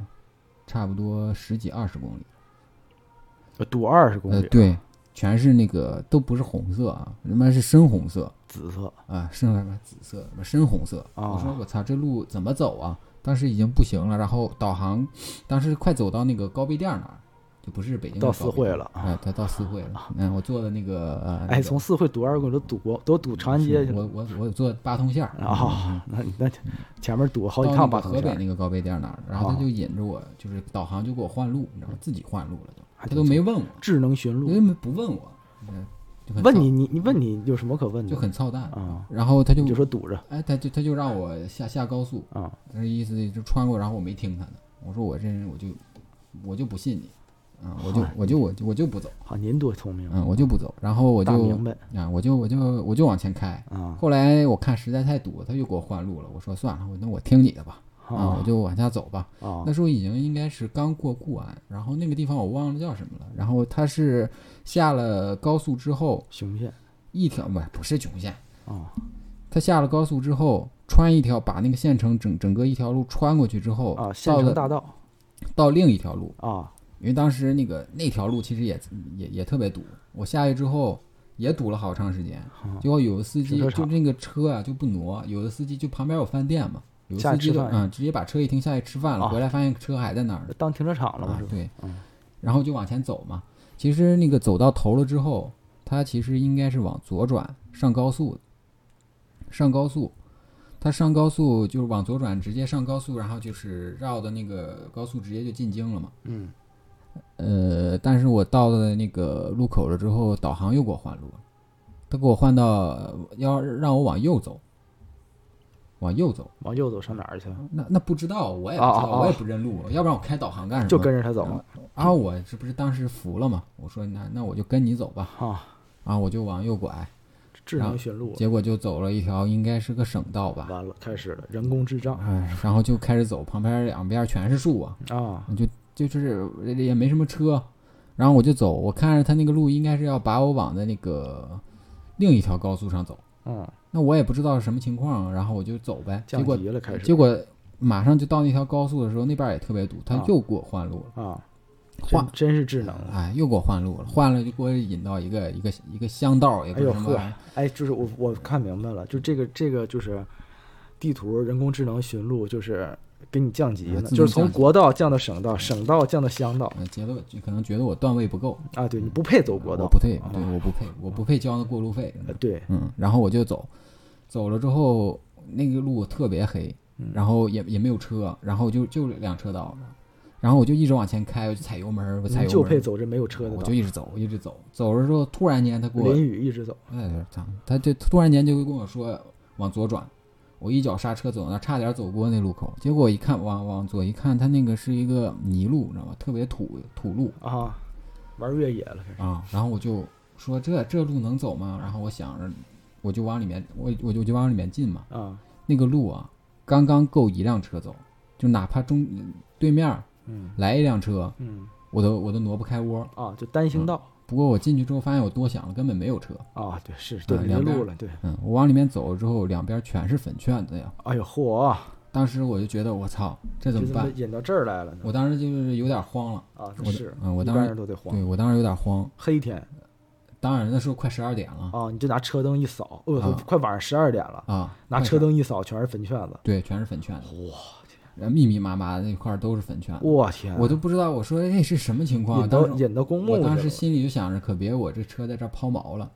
Speaker 4: 差不多十几二十公里，
Speaker 3: 呃堵二十公
Speaker 4: 呃
Speaker 3: 里，
Speaker 4: 对，全是那个都不是红色啊，他妈是深红色。
Speaker 3: 紫色
Speaker 4: 啊，深什么紫色，什么深红色。
Speaker 3: 啊
Speaker 4: 我说我操，这路怎么走啊？当时已经不行了，然后导航，当时快走到那个高碑店那儿，就不是北京的
Speaker 3: 到
Speaker 4: 高
Speaker 3: 四
Speaker 4: 碑
Speaker 3: 惠啊
Speaker 4: 店
Speaker 3: 了
Speaker 4: 哎，他到四惠了。嗯，我坐的那个呃，那
Speaker 3: 哎，
Speaker 4: 个
Speaker 3: 从四惠堵二十公里都堵过，都堵长安街
Speaker 4: 是
Speaker 3: 去了
Speaker 4: 我我我坐八通线儿
Speaker 3: 啊！那你那前面堵好
Speaker 4: 到
Speaker 3: 几
Speaker 4: 那
Speaker 3: 趟
Speaker 4: 个
Speaker 3: 吧，
Speaker 4: 河北那个高碑店那儿，然后
Speaker 3: 啊
Speaker 4: 他就引着我，就是导航就给我换路，你知道吗？自己换路了都，他都没问我，
Speaker 3: 智能寻
Speaker 4: 因为
Speaker 3: 路，
Speaker 4: 没不问我，嗯就很
Speaker 3: 问
Speaker 4: 操
Speaker 3: 你你你问你有什么可问
Speaker 4: 就
Speaker 3: 的？
Speaker 4: 很操蛋
Speaker 3: 啊。
Speaker 4: 然后他就
Speaker 3: 你就说堵着
Speaker 4: 哎，他就他就让我下下高速，
Speaker 3: 啊
Speaker 4: 那意思就穿过，然后我没听他的，我说我这人我就我就不信你，啊，我就我就我就我就不走，
Speaker 3: 好，啊您多聪明
Speaker 4: 嗯，我就不走，然后我
Speaker 3: 大
Speaker 4: 就
Speaker 3: 明白
Speaker 4: 啊，我就我就我就往前开，
Speaker 3: 啊
Speaker 4: 后来我看实在太堵，他又给我换路了，我说算了，我那我听你的吧，啊，我就往下走吧。
Speaker 3: 啊
Speaker 4: 那时候已经应该是刚过固安，然后那个地方我忘了叫什么了，然后他是下了高速之后
Speaker 3: 熊线
Speaker 4: 一条不不是琼县，
Speaker 3: 啊
Speaker 4: 他下了高速之后。穿一条，把那个县城整整个一条路穿过去之后，
Speaker 3: 啊，县
Speaker 4: 到
Speaker 3: 城
Speaker 4: 了
Speaker 3: 大道
Speaker 4: 到另一条路，
Speaker 3: 啊
Speaker 4: 因为当时那个那条路其实也也也特别堵，我下去之后也堵了好长时间，结果有的司机
Speaker 3: 啊停车
Speaker 4: 就
Speaker 3: 场
Speaker 4: 那个车啊就不挪，有的司机就旁边有饭店嘛，有的
Speaker 3: 下
Speaker 4: 司
Speaker 3: 去
Speaker 4: 机
Speaker 3: 吃
Speaker 4: 就
Speaker 3: 饭
Speaker 4: 啊、直接把车一停下去吃饭了，
Speaker 3: 啊
Speaker 4: 回来发现车还在那儿呢，
Speaker 3: 当停车场了嘛
Speaker 4: 啊
Speaker 3: 是吧？
Speaker 4: 对，然后就往前走嘛，其实那个走到头了之后，它其实应该是往左转上高速的，上高速。它上高速就是往左转，直接上高速，然后就是绕的那个高速，直接就进京了嘛。
Speaker 3: 嗯。
Speaker 4: 呃，但是我到了那个路口了之后，导航又给我换路了，他给我换到呃要让我往右走，往右走。
Speaker 3: 往右走上哪儿去？
Speaker 4: 那那不知道，我也不知道，
Speaker 3: 哦哦哦
Speaker 4: 我也不认路，要不然我开导航干什么？
Speaker 3: 就跟着他走了
Speaker 4: 啊，我这不是当时服了嘛？我说那那我就跟你走吧，
Speaker 3: 啊，
Speaker 4: 啊，我就往右拐，
Speaker 3: 智
Speaker 4: 啊
Speaker 3: 能寻路了。
Speaker 4: 结果就走了一条应该是个省道吧，
Speaker 3: 完了，开始了，人工智障
Speaker 4: 哎，然后就开始走，旁边两边全是树啊，
Speaker 3: 啊！
Speaker 4: 就就是也没什么车，然后我就走，我看着他那个路应该是要把我往的那个另一条高速上走，
Speaker 3: 嗯，
Speaker 4: 那我也不知道是什么情况，然后我就走呗，结
Speaker 3: 降
Speaker 4: 果
Speaker 3: 级了，开始
Speaker 4: 结果马上就到那条高速的时候，那边也特别堵，他
Speaker 3: 啊
Speaker 4: 又给我换路了。
Speaker 3: 啊，
Speaker 4: 换
Speaker 3: 真真是智能了。
Speaker 4: 哎，又给我换路了，换了就给我引到一个一个一个乡道，也不
Speaker 3: 哎
Speaker 4: 是
Speaker 3: 呦
Speaker 4: 什么
Speaker 3: 呵
Speaker 4: 玩意儿，
Speaker 3: 哎，就是我我看明白了，就这个这个就是地图人工智能寻路，就是给你降级
Speaker 4: 啊
Speaker 3: 呢，
Speaker 4: 自动
Speaker 3: 就是从
Speaker 4: 降级
Speaker 3: 国道降到省道，省道降到乡道
Speaker 4: 呃觉得我可能觉得我段位不够，
Speaker 3: 啊！对你不配走国
Speaker 4: 我
Speaker 3: 道，
Speaker 4: 不配，对，我不配，我不配交那过路费，
Speaker 3: 呃对，
Speaker 4: 嗯，然后我就走，走了之后
Speaker 3: 嗯
Speaker 4: 那个路特别黑，然后也也没有车，然后就就两车道，然后我就一直往前开，我就踩油门儿，我踩
Speaker 3: 您
Speaker 4: 油门
Speaker 3: 就
Speaker 4: 儿，
Speaker 3: 配走这没有车的
Speaker 4: 我
Speaker 3: 道
Speaker 4: 就，一直走，我一直走，走的时候突然间他给我，
Speaker 3: 淋雨一直走，
Speaker 4: 哎，操，他就突然间就会跟我说往左转，我一脚刹车走到那儿，差点走过那路口，结果我一看往往左一看，他那个是一个泥路，你知道吗？特别土土路
Speaker 3: 啊，玩越野了开始，
Speaker 4: 啊，然后我就说这这路能走吗？然后我想着，我就往里面，我我就我就往里面进嘛，
Speaker 3: 啊，
Speaker 4: 那个路啊，刚刚够一辆车走，就哪怕中对面儿
Speaker 3: 嗯
Speaker 4: 来一辆车，
Speaker 3: 嗯
Speaker 4: 我都我都挪不开窝。
Speaker 3: 啊，就单
Speaker 4: 嗯
Speaker 3: 行道
Speaker 4: 不过我进去之后发现我多想了，根本没有车。
Speaker 3: 啊，对，是对
Speaker 4: 啊
Speaker 3: 迷
Speaker 4: 两边
Speaker 3: 路了，对，
Speaker 4: 嗯，我往里面走之后，两边全是粉圈子呀。
Speaker 3: 哎呦嚯，
Speaker 4: 当时我就觉得我操，这
Speaker 3: 就
Speaker 4: 怎么
Speaker 3: 这么
Speaker 4: 办？
Speaker 3: 演到这儿来了呢
Speaker 4: 我当时就是有点慌了。
Speaker 3: 啊，
Speaker 4: 我
Speaker 3: 是，
Speaker 4: 嗯我
Speaker 3: 一
Speaker 4: 当
Speaker 3: 般
Speaker 4: 时
Speaker 3: 人都得慌
Speaker 4: 对，我当时有点慌。
Speaker 3: 黑天
Speaker 4: 当然那时候快十二点了
Speaker 3: 啊，你就拿车灯一扫，我操
Speaker 4: 啊，
Speaker 3: 快晚上十二点了，
Speaker 4: 啊，
Speaker 3: 拿
Speaker 4: 快
Speaker 3: 车
Speaker 4: 点
Speaker 3: 灯一扫，全是坟圈子，
Speaker 4: 对，全是粉圈子。哇，然后密密麻麻的那块儿都是粉圈子。
Speaker 3: 我天，
Speaker 4: 我都不知道，我说哎是什么情况啊？
Speaker 3: 引到
Speaker 4: 当时
Speaker 3: 引到公墓
Speaker 4: 我
Speaker 3: 去
Speaker 4: 当时
Speaker 3: 了
Speaker 4: 心里就想着，可别我这车在这儿抛锚了，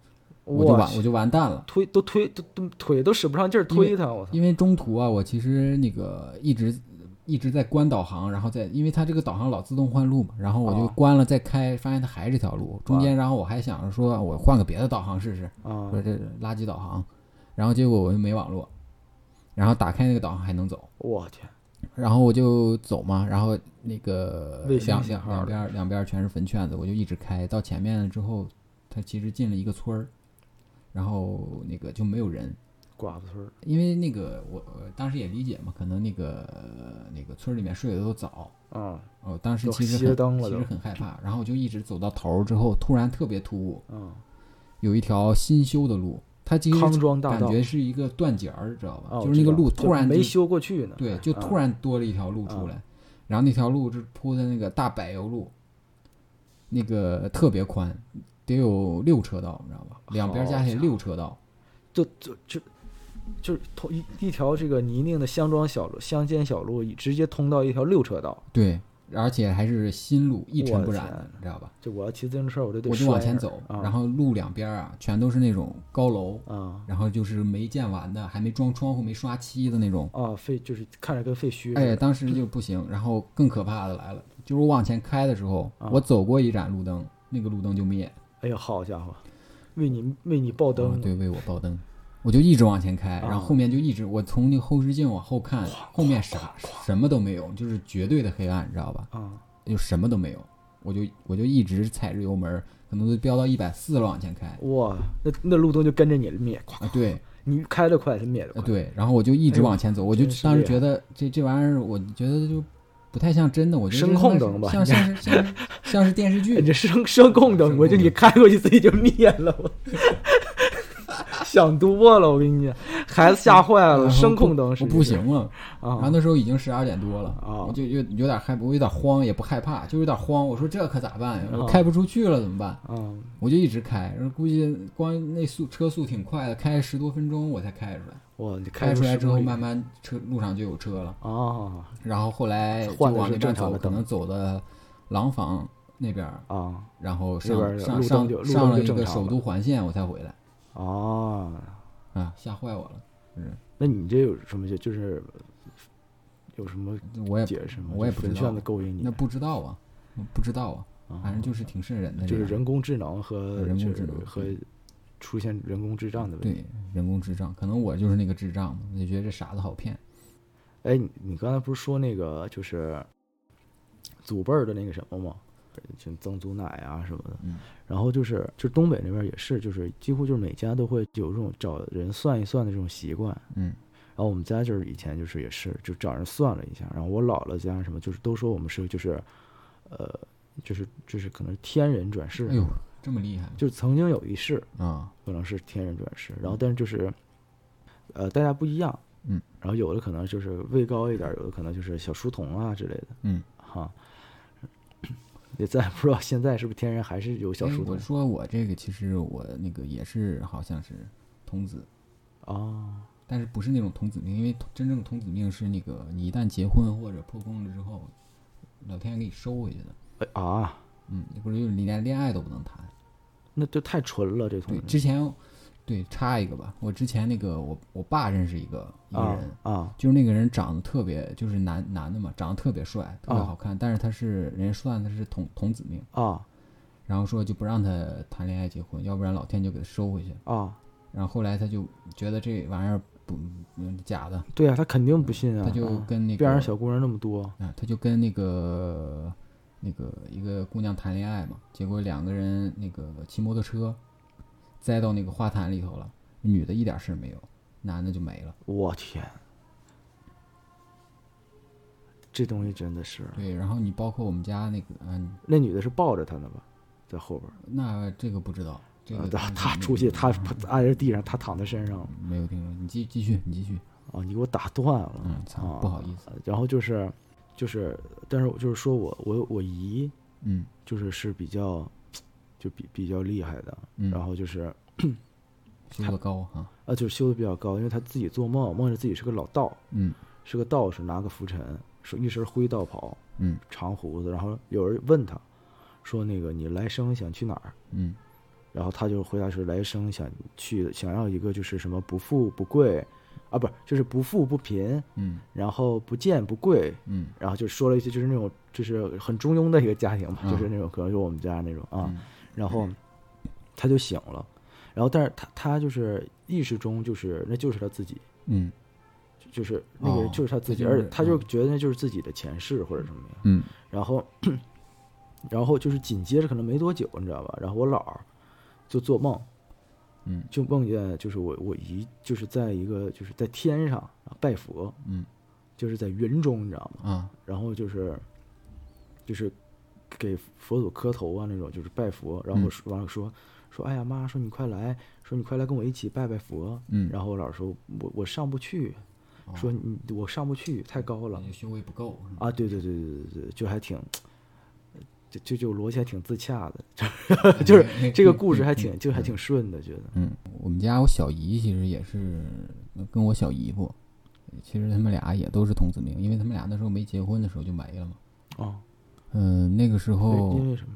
Speaker 4: 我就
Speaker 3: 我
Speaker 4: 完
Speaker 3: 去
Speaker 4: 我就完蛋了。
Speaker 3: 推都推都都腿都使不上劲儿推它，我操！
Speaker 4: 因为中途啊，我其实那个一直一直在关导航，然后再因为它这个导航老自动换路嘛，然后我就
Speaker 3: 哦
Speaker 4: 关了再开，发现它还是这条路。中间，然后我还想着说我换个别的导航试试，
Speaker 3: 啊
Speaker 4: 说这垃圾导航，然后结果我又没网络，然后打开那个导航还能走，
Speaker 3: 我天，
Speaker 4: 然后我就走嘛，然后那个
Speaker 3: 卫星
Speaker 4: 两
Speaker 3: 信
Speaker 4: 两
Speaker 3: 号
Speaker 4: 两边两边全是坟圈子，我就一直开到前面了之后，它其实进了一个村儿，然后那个就没有人。
Speaker 3: 寡妇村儿
Speaker 4: 因为那个我我当时也理解嘛，可能那个那个村儿里面睡得都早，
Speaker 3: 啊
Speaker 4: 哦，当时
Speaker 3: 都
Speaker 4: 其实
Speaker 3: 熄
Speaker 4: 很
Speaker 3: 灯了
Speaker 4: 其
Speaker 3: 都
Speaker 4: 实很害怕，然后就一直走到头儿之后，突然特别突兀，
Speaker 3: 啊
Speaker 4: 有一条新修的路，它其实
Speaker 3: 康庄大
Speaker 4: 感
Speaker 3: 道
Speaker 4: 觉是一个断节儿，知道吧？
Speaker 3: 啊！我
Speaker 4: 就是那
Speaker 3: 知
Speaker 4: 个
Speaker 3: 道
Speaker 4: 路突然
Speaker 3: 没
Speaker 4: 就，
Speaker 3: 修嗯过去呢，
Speaker 4: 对，就
Speaker 3: 啊
Speaker 4: 突然多了一条路出来，然后那条路是铺的那个大柏油路，那个特别宽，得有六车道，你知道吧？两边加起来六车道，
Speaker 3: 就就就就是通一一条这个泥泞的乡庄小路、乡间小路，直接通到一条六车道。
Speaker 4: 对，而且还是新路，一尘
Speaker 3: 我
Speaker 4: 不
Speaker 3: 的
Speaker 4: 染
Speaker 3: 天
Speaker 4: 的，你知道吧？
Speaker 3: 就我要骑自行车，我就得
Speaker 4: 我就往
Speaker 3: 摔
Speaker 4: 前
Speaker 3: 那儿
Speaker 4: 走，
Speaker 3: 啊
Speaker 4: 然后路两边儿啊全都是那种高楼，
Speaker 3: 啊
Speaker 4: 然后就是没建完的，还没装窗户、没刷漆的那种。
Speaker 3: 啊废就是看着跟废墟似
Speaker 4: 哎，
Speaker 3: 的
Speaker 4: 当时就不行。然后更可怕的来了，就是我往前开的时候，
Speaker 3: 啊
Speaker 4: 我走过一盏路灯，那个路灯就灭，
Speaker 3: 哎呦，好家伙，为你为你爆
Speaker 4: 啊
Speaker 3: 灯，
Speaker 4: 对，为我爆灯。我就一直往前开，
Speaker 3: 啊
Speaker 4: 然后后面就一直，我从那个后视镜往后看，后面啥什么都没有，就是绝对的黑暗，你知道吧？
Speaker 3: 啊
Speaker 4: 就什么都没有，我就我就一直踩着油门儿，可能都飙到一百四了往前开。
Speaker 3: 哇，那那路灯就跟着你灭，咵
Speaker 4: 啊，对，
Speaker 3: 你开得快，它灭得
Speaker 4: 呃
Speaker 3: 快。
Speaker 4: 对，然后我就一直往前走，我就
Speaker 3: 真是
Speaker 4: 当时
Speaker 3: 这
Speaker 4: 觉
Speaker 3: 样
Speaker 4: 得这这玩意儿，我觉得就不太像真的，我觉得
Speaker 3: 声
Speaker 4: 这他
Speaker 3: 控
Speaker 4: 妈是
Speaker 3: 灯吧
Speaker 4: 像像 是像是像是电视剧
Speaker 3: 你， 哎这声声控
Speaker 4: 声
Speaker 3: 灯，我就
Speaker 4: 控
Speaker 3: 你
Speaker 4: 灯
Speaker 3: 开过去自己就灭了，我 想多了，我跟你讲，孩子吓坏
Speaker 4: 然后
Speaker 3: 了，声
Speaker 4: 嗯不
Speaker 3: 控灯是
Speaker 4: 我不行了。然后
Speaker 3: 啊
Speaker 4: 那时候已经十二点多了，
Speaker 3: 啊
Speaker 4: 我就有有点害怕，我有点慌，也不害怕，就有点慌。我说这可咋办呀？我
Speaker 3: 啊
Speaker 4: 开不出去了怎么办？
Speaker 3: 啊
Speaker 4: 我就一直开，然后估计光那速车速挺快的，开十多分钟我才开出来。
Speaker 3: 哇，你
Speaker 4: 开
Speaker 3: 出
Speaker 4: 出来之后，慢
Speaker 3: 慢
Speaker 4: 慢车路上就有车了。
Speaker 3: 啊
Speaker 4: 然后后来就
Speaker 3: 换的
Speaker 4: 往
Speaker 3: 是
Speaker 4: 那边
Speaker 3: 正常
Speaker 4: 走，
Speaker 3: 的
Speaker 4: 可
Speaker 3: 灯
Speaker 4: 能走的廊坊那边儿，
Speaker 3: 啊
Speaker 4: 然后
Speaker 3: 那边
Speaker 4: 上
Speaker 3: 儿路
Speaker 4: 上上
Speaker 3: 灯就路
Speaker 4: 上
Speaker 3: 灯
Speaker 4: 了
Speaker 3: 就
Speaker 4: 一
Speaker 3: 正
Speaker 4: 个
Speaker 3: 常
Speaker 4: 首
Speaker 3: 了
Speaker 4: 都环线，我才回来
Speaker 3: 啊！
Speaker 4: 啊，吓坏我了。
Speaker 3: 那你这有什么就就是有什么
Speaker 4: 我也
Speaker 3: 解释吗？
Speaker 4: 我也不知
Speaker 3: 就
Speaker 4: 道
Speaker 3: 是粉圈子勾引你
Speaker 4: 那，不知道啊，我不知道啊，反正就是挺瘆人的
Speaker 3: 就
Speaker 4: 这
Speaker 3: 是
Speaker 4: 样，
Speaker 3: 人工智能和
Speaker 4: 人工
Speaker 3: 就
Speaker 4: 智
Speaker 3: 是
Speaker 4: 能
Speaker 3: 和出现人工智障的问题。
Speaker 4: 对人工智障，可能我就是那个智障嘛，我就觉得这傻子好骗。
Speaker 3: 哎，你你刚才不是说那个就是祖辈儿的那个什么吗？像曾祖奶啊什么的。
Speaker 4: 嗯
Speaker 3: 然后就是，就东北那边也是，就是几乎就是每家都会有这种找人算一算的这种习惯。
Speaker 4: 嗯
Speaker 3: 然后我们家就是以前就是也是，就找人算了一下。然后我姥姥家什么，就是都说我们是就是，呃，就是就是可能是天人转世，
Speaker 4: 哎呦，这么厉害吗
Speaker 3: 就曾经有一世，
Speaker 4: 啊？
Speaker 3: 可能是天人转世，然后但是就是，呃，大家不一样，
Speaker 4: 嗯，
Speaker 3: 然后有的可能就是位高一点，有的可能就是小书童啊之类的，
Speaker 4: 嗯，
Speaker 3: 哈，也再不知道现在是不是天人还是有小
Speaker 4: 哎
Speaker 3: 书童
Speaker 4: 我说我这个其实我那个也是好像是童子，
Speaker 3: 哦，
Speaker 4: 但是不是那种童子命，因为童真正的童子命是那个你一旦结婚或者破功了之后，老天爷给你收回去的。
Speaker 3: 哎啊，
Speaker 4: 嗯，不是，就是你连恋爱都不能谈。
Speaker 3: 那就太纯了，这童
Speaker 4: 对，
Speaker 3: 子
Speaker 4: 之前对，插一个吧。我之前那个我我爸认识一个一个
Speaker 3: 啊
Speaker 4: 人，
Speaker 3: 啊
Speaker 4: 就是那个人长得特别，就是男男的嘛，长得特别帅，特别好看，但是他是人家算他是童童子命，
Speaker 3: 啊
Speaker 4: 然后说就不让他谈恋爱结婚，要不然老天就给他收回去。
Speaker 3: 啊！
Speaker 4: 然后后来他就觉得这玩意儿不嗯假的，
Speaker 3: 对啊，他肯定不信啊。
Speaker 4: 他就
Speaker 3: 啊
Speaker 4: 跟那个
Speaker 3: 边上小姑娘那么多
Speaker 4: 啊，他就跟那个那个一个姑娘谈恋爱嘛，结果两个人那个骑摩托车栽到那个花坛里头了，女的一点事儿没有，男的就没了。
Speaker 3: 我天，这东西真的是。
Speaker 4: 对，然后你包括我们家那个，嗯，
Speaker 3: 那女的是抱着他呢吧，在后边儿。
Speaker 4: 那这个不知道，这个
Speaker 3: 啊，他
Speaker 4: 东西
Speaker 3: 他
Speaker 4: 没
Speaker 3: 出去，他按在地上，他躺在身上了。
Speaker 4: 没有听说，你继继续，你继续，
Speaker 3: 啊，你给我打断了。
Speaker 4: 嗯，操，
Speaker 3: 啊
Speaker 4: 不好意思，
Speaker 3: 然后就是，就是，但是我就是说我我我姨
Speaker 4: 嗯
Speaker 3: 就是是比较，就比比较厉害的，
Speaker 4: 嗯，
Speaker 3: 然后就是
Speaker 4: 修的高哈，
Speaker 3: 啊，就是修的比较高，因为她自己做梦，梦着自己是个老道，
Speaker 4: 嗯
Speaker 3: 是个道士，拿个拂尘，是一身灰道袍，
Speaker 4: 嗯
Speaker 3: 长胡子，然后有人问她，说那个你来生想去哪儿？
Speaker 4: 嗯
Speaker 3: 然后她就回答是来生想去想要一个就是什么不富不贵，啊，不是就是不富不贫，
Speaker 4: 嗯
Speaker 3: 然后不贱不贵，
Speaker 4: 嗯
Speaker 3: 然后就说了一些就是那种就是很中庸的一个家庭嘛，
Speaker 4: 嗯
Speaker 3: 就是那种可能就我们家那种啊，
Speaker 4: 嗯
Speaker 3: 然后他就醒了，然后但是他他就是意识中就是那就是他自己，
Speaker 4: 嗯
Speaker 3: 就就是那个人
Speaker 4: 哦
Speaker 3: 就是他自己，
Speaker 4: 他就是
Speaker 3: 而且他就觉得那就是自己的前世或者什么呀，
Speaker 4: 嗯
Speaker 3: 然后 然后就是紧接着可能没多久你知道吧，然后我姥儿就做梦，
Speaker 4: 嗯
Speaker 3: 就梦见就是我我姨就是在一个就是在天上拜佛，
Speaker 4: 嗯
Speaker 3: 就是在云中你知道吗？
Speaker 4: 啊
Speaker 3: 然后就是就是给佛祖磕头啊那种，就是拜佛，然后
Speaker 4: 嗯
Speaker 3: 说完了说说哎呀妈，说你快来，说你快来跟我一起拜拜佛。
Speaker 4: 嗯
Speaker 3: 然后我老师说我我上不去，
Speaker 4: 哦嗯
Speaker 3: 说你我上不去，太高了
Speaker 4: 感觉修为不够是吧
Speaker 3: 啊！对对对对对对，就还挺。就就就逻辑还挺自洽的， 就就是这个故事还挺就还挺顺的，觉得
Speaker 4: 嗯，我们家我小姨其实也是跟我小姨夫，其实他们俩也都是童子命，因为他们俩那时候没结婚的时候就没了嘛。
Speaker 3: 哦，
Speaker 4: 嗯，那个时候
Speaker 3: 因，为什么？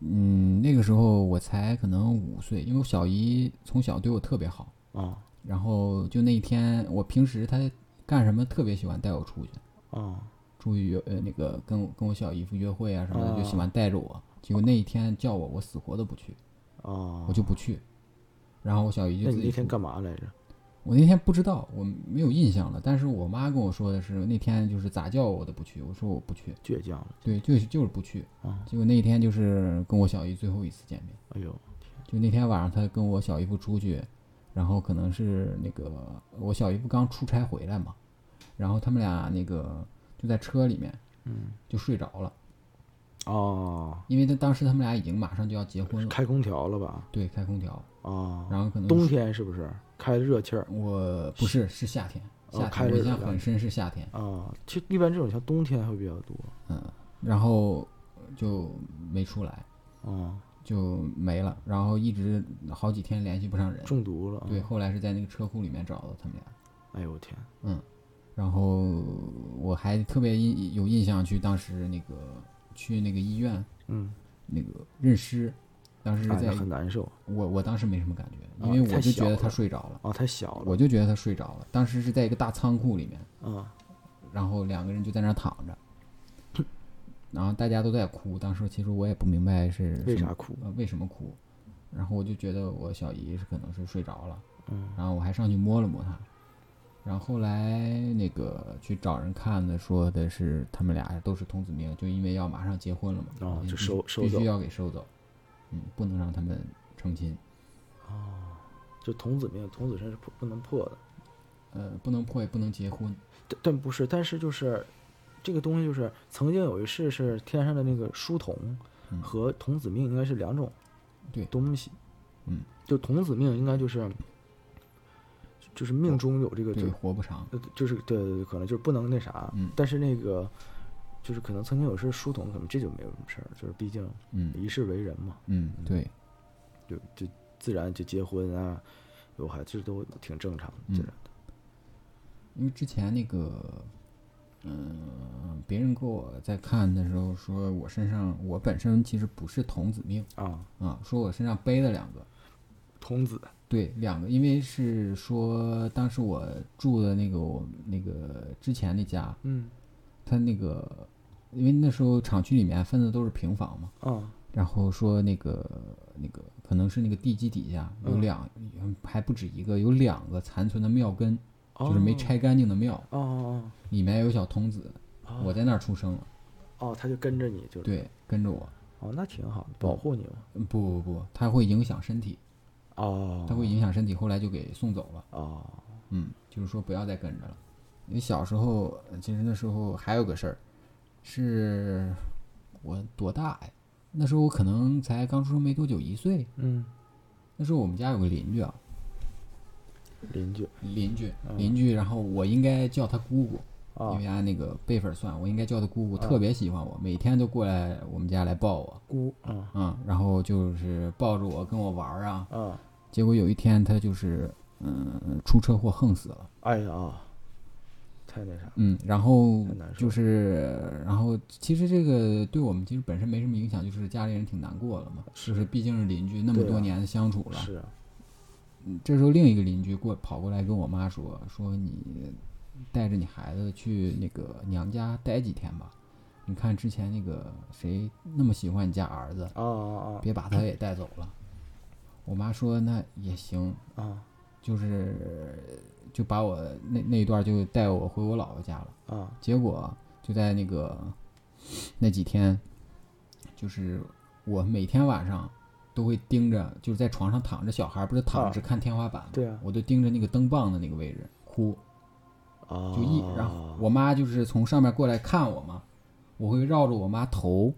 Speaker 4: 嗯，那个时候我才可能五岁，因为我小姨从小对我特别好，
Speaker 3: 啊
Speaker 4: 然后就那一天，我平时她干什么特别喜欢带我出去，
Speaker 3: 啊
Speaker 4: 出去约呃那个跟我跟我小姨夫约会啊什么的，
Speaker 3: 啊
Speaker 4: 就喜欢带着我。结果那一天叫我，我死活都不去，
Speaker 3: 啊
Speaker 4: 我！就不去。然后我小姨就
Speaker 3: 那
Speaker 4: 自
Speaker 3: 你
Speaker 4: 己
Speaker 3: 那天
Speaker 4: 出
Speaker 3: 干嘛来着？
Speaker 4: 我那天不知道，我没有印象了。但是我妈跟我说的是，那天就是咋叫我都不去，我说我不去，
Speaker 3: 倔强了
Speaker 4: 对，就是就是不去。
Speaker 3: 啊！
Speaker 4: 结果那天就是跟我小姨最后一次见面，
Speaker 3: 哎呦，
Speaker 4: 就那天晚上她跟我小姨夫出去，然后可能是那个我小姨夫刚出差回来嘛，然后他们俩那个就在车里面，嗯，就睡着了，
Speaker 3: 哦，
Speaker 4: 因为他当时他们俩已经马上就要结婚了，
Speaker 3: 开空调了吧？
Speaker 4: 对，开空调，
Speaker 3: 啊，
Speaker 4: 嗯然后可能
Speaker 3: 冬天是不是开的热气儿
Speaker 4: 我不是是夏天，
Speaker 3: 哦
Speaker 4: 夏
Speaker 3: 开
Speaker 4: 天
Speaker 3: 着
Speaker 4: 我印象
Speaker 3: 热的
Speaker 4: 很深是夏天，
Speaker 3: 啊？其实一般这种像冬天会比较多
Speaker 4: 嗯，然后就没出来，
Speaker 3: 啊，
Speaker 4: 就没了，然后一直好几天联系不上人。
Speaker 3: 中毒了。
Speaker 4: 对，，后来是在那个车库里面找到他们俩，
Speaker 3: 哎呦我天，
Speaker 4: 嗯，然后我还特别印有印象去当时那个去那个医院
Speaker 3: 嗯，
Speaker 4: 那个认尸，当时是
Speaker 3: 哎呀
Speaker 4: 在
Speaker 3: 很难受
Speaker 4: 我我当时没什么感觉，因
Speaker 3: 啊
Speaker 4: 为
Speaker 3: 太
Speaker 4: 我就
Speaker 3: 小
Speaker 4: 觉得他
Speaker 3: 了
Speaker 4: 睡着了，
Speaker 3: 啊，太小
Speaker 4: 我
Speaker 3: 了
Speaker 4: 就觉得他睡着了，当时是在一个大仓库里面，
Speaker 3: 啊
Speaker 4: 然后两个人就在那儿躺 着，然后大家都在哭。当时其实我也不明白是
Speaker 3: 为
Speaker 4: 什么
Speaker 3: 啥哭
Speaker 4: 呃为什么哭，然后我就觉得我小姨是可能是睡着了，
Speaker 3: 嗯，
Speaker 4: 然后我还上去摸了摸她，然后后来那个去找人看的，说的是他们俩都是童子命，就因为要马上结婚了嘛，
Speaker 3: 哦
Speaker 4: 嗯
Speaker 3: 就收
Speaker 4: 必
Speaker 3: 收
Speaker 4: 必须
Speaker 3: 走
Speaker 4: 要给收走，嗯，不能让他们成亲，
Speaker 3: 就童子命，童子身是不不能破的，
Speaker 4: 呃，不能破也不能结婚，
Speaker 3: 但但不是，但是就是这个东西就是曾经有一世是天上的那个书童
Speaker 4: 嗯
Speaker 3: 和童子命应该是两种
Speaker 4: 对
Speaker 3: 东西，
Speaker 4: 嗯，
Speaker 3: 就童子命应该就是就是命中有这个就
Speaker 4: 哦对，活不长，
Speaker 3: 呃，就是对对对，可能就是不能那啥，
Speaker 4: 嗯
Speaker 3: 但是那个就是可能曾经有事书童，可能这就没有什么事儿，就是毕竟
Speaker 4: 嗯
Speaker 3: 一世为人嘛，
Speaker 4: 嗯，对，
Speaker 3: 就就自然就结婚啊，有孩子这都挺正常
Speaker 4: 嗯
Speaker 3: 的，自然的。
Speaker 4: 因为之前那个，嗯，别人给我在看的时候说，我身上我本身其实不是童子命
Speaker 3: 啊，
Speaker 4: 啊，说我身上背了两个，
Speaker 3: 童子
Speaker 4: 对，两个，因为是说当时我住的那个我那个之前那家，
Speaker 3: 嗯
Speaker 4: 他那个，因为那时候厂区里面分的都是平房嘛，
Speaker 3: 啊
Speaker 4: 然后说那个那个可能是那个地基底下有
Speaker 3: 嗯
Speaker 4: 两、还不止一个，有两个残存的庙根，
Speaker 3: 哦
Speaker 4: 就是没拆干净的庙，
Speaker 3: 哦哦
Speaker 4: 里面有小童子，
Speaker 3: 哦
Speaker 4: 我在那儿出生了，
Speaker 3: 哦，他就跟着你，就是
Speaker 4: 对，跟着我。
Speaker 3: 哦，那挺好，保护你嘛。
Speaker 4: 嗯不不不，它会影响身体，
Speaker 3: 哦，
Speaker 4: 它会影响身体，后来就给送走了。
Speaker 3: 哦，
Speaker 4: 嗯，就是说不要再跟着了。因为小时候，呃其实那时候还有个事儿，是我多大呀？那时候我可能才刚出生没多久，一岁。
Speaker 3: 嗯，
Speaker 4: 那时候我们家有个邻居啊，
Speaker 3: 邻居
Speaker 4: 邻居邻居，然后我应该叫他姑姑，因
Speaker 3: 嗯啊嗯
Speaker 4: 为，按那个辈分儿算，我应该叫他姑姑。特别喜欢我，每天都过来我们家来抱我，
Speaker 3: 姑啊
Speaker 4: 嗯，然后就是抱着我跟我玩儿啊，
Speaker 3: 啊，
Speaker 4: 结果有一天他就是嗯出车祸横死了，
Speaker 3: 哎呀啊，太那啥，
Speaker 4: 嗯，然后
Speaker 3: 太难受了
Speaker 4: 就是然后其实这个对我们其实本身没什么影响，就是家里人挺难过了嘛，就是毕竟是邻居那么
Speaker 3: 对啊
Speaker 4: 多年的相处了。
Speaker 3: 是啊，
Speaker 4: 嗯这时候另一个邻居过跑过来跟我妈说说你带着你孩子去那个娘家待几天吧，你看之前那个谁那么喜欢你家儿子，
Speaker 3: 啊啊
Speaker 4: 别把他也带走了。我妈说那也行，
Speaker 3: 啊啊
Speaker 4: 就是就把我那那一段就带我回我姥姥家了。
Speaker 3: 啊，
Speaker 4: 结果就在那个那几天，就是我每天晚上都会盯着，就是在床上躺着，小孩不是躺着
Speaker 3: 啊
Speaker 4: 只看天花板吗？
Speaker 3: 对啊
Speaker 4: 我就盯着那个灯棒的那个位置哭，
Speaker 3: 啊
Speaker 4: 就一，然后我妈就是从上面过来看我嘛，我会绕着我妈头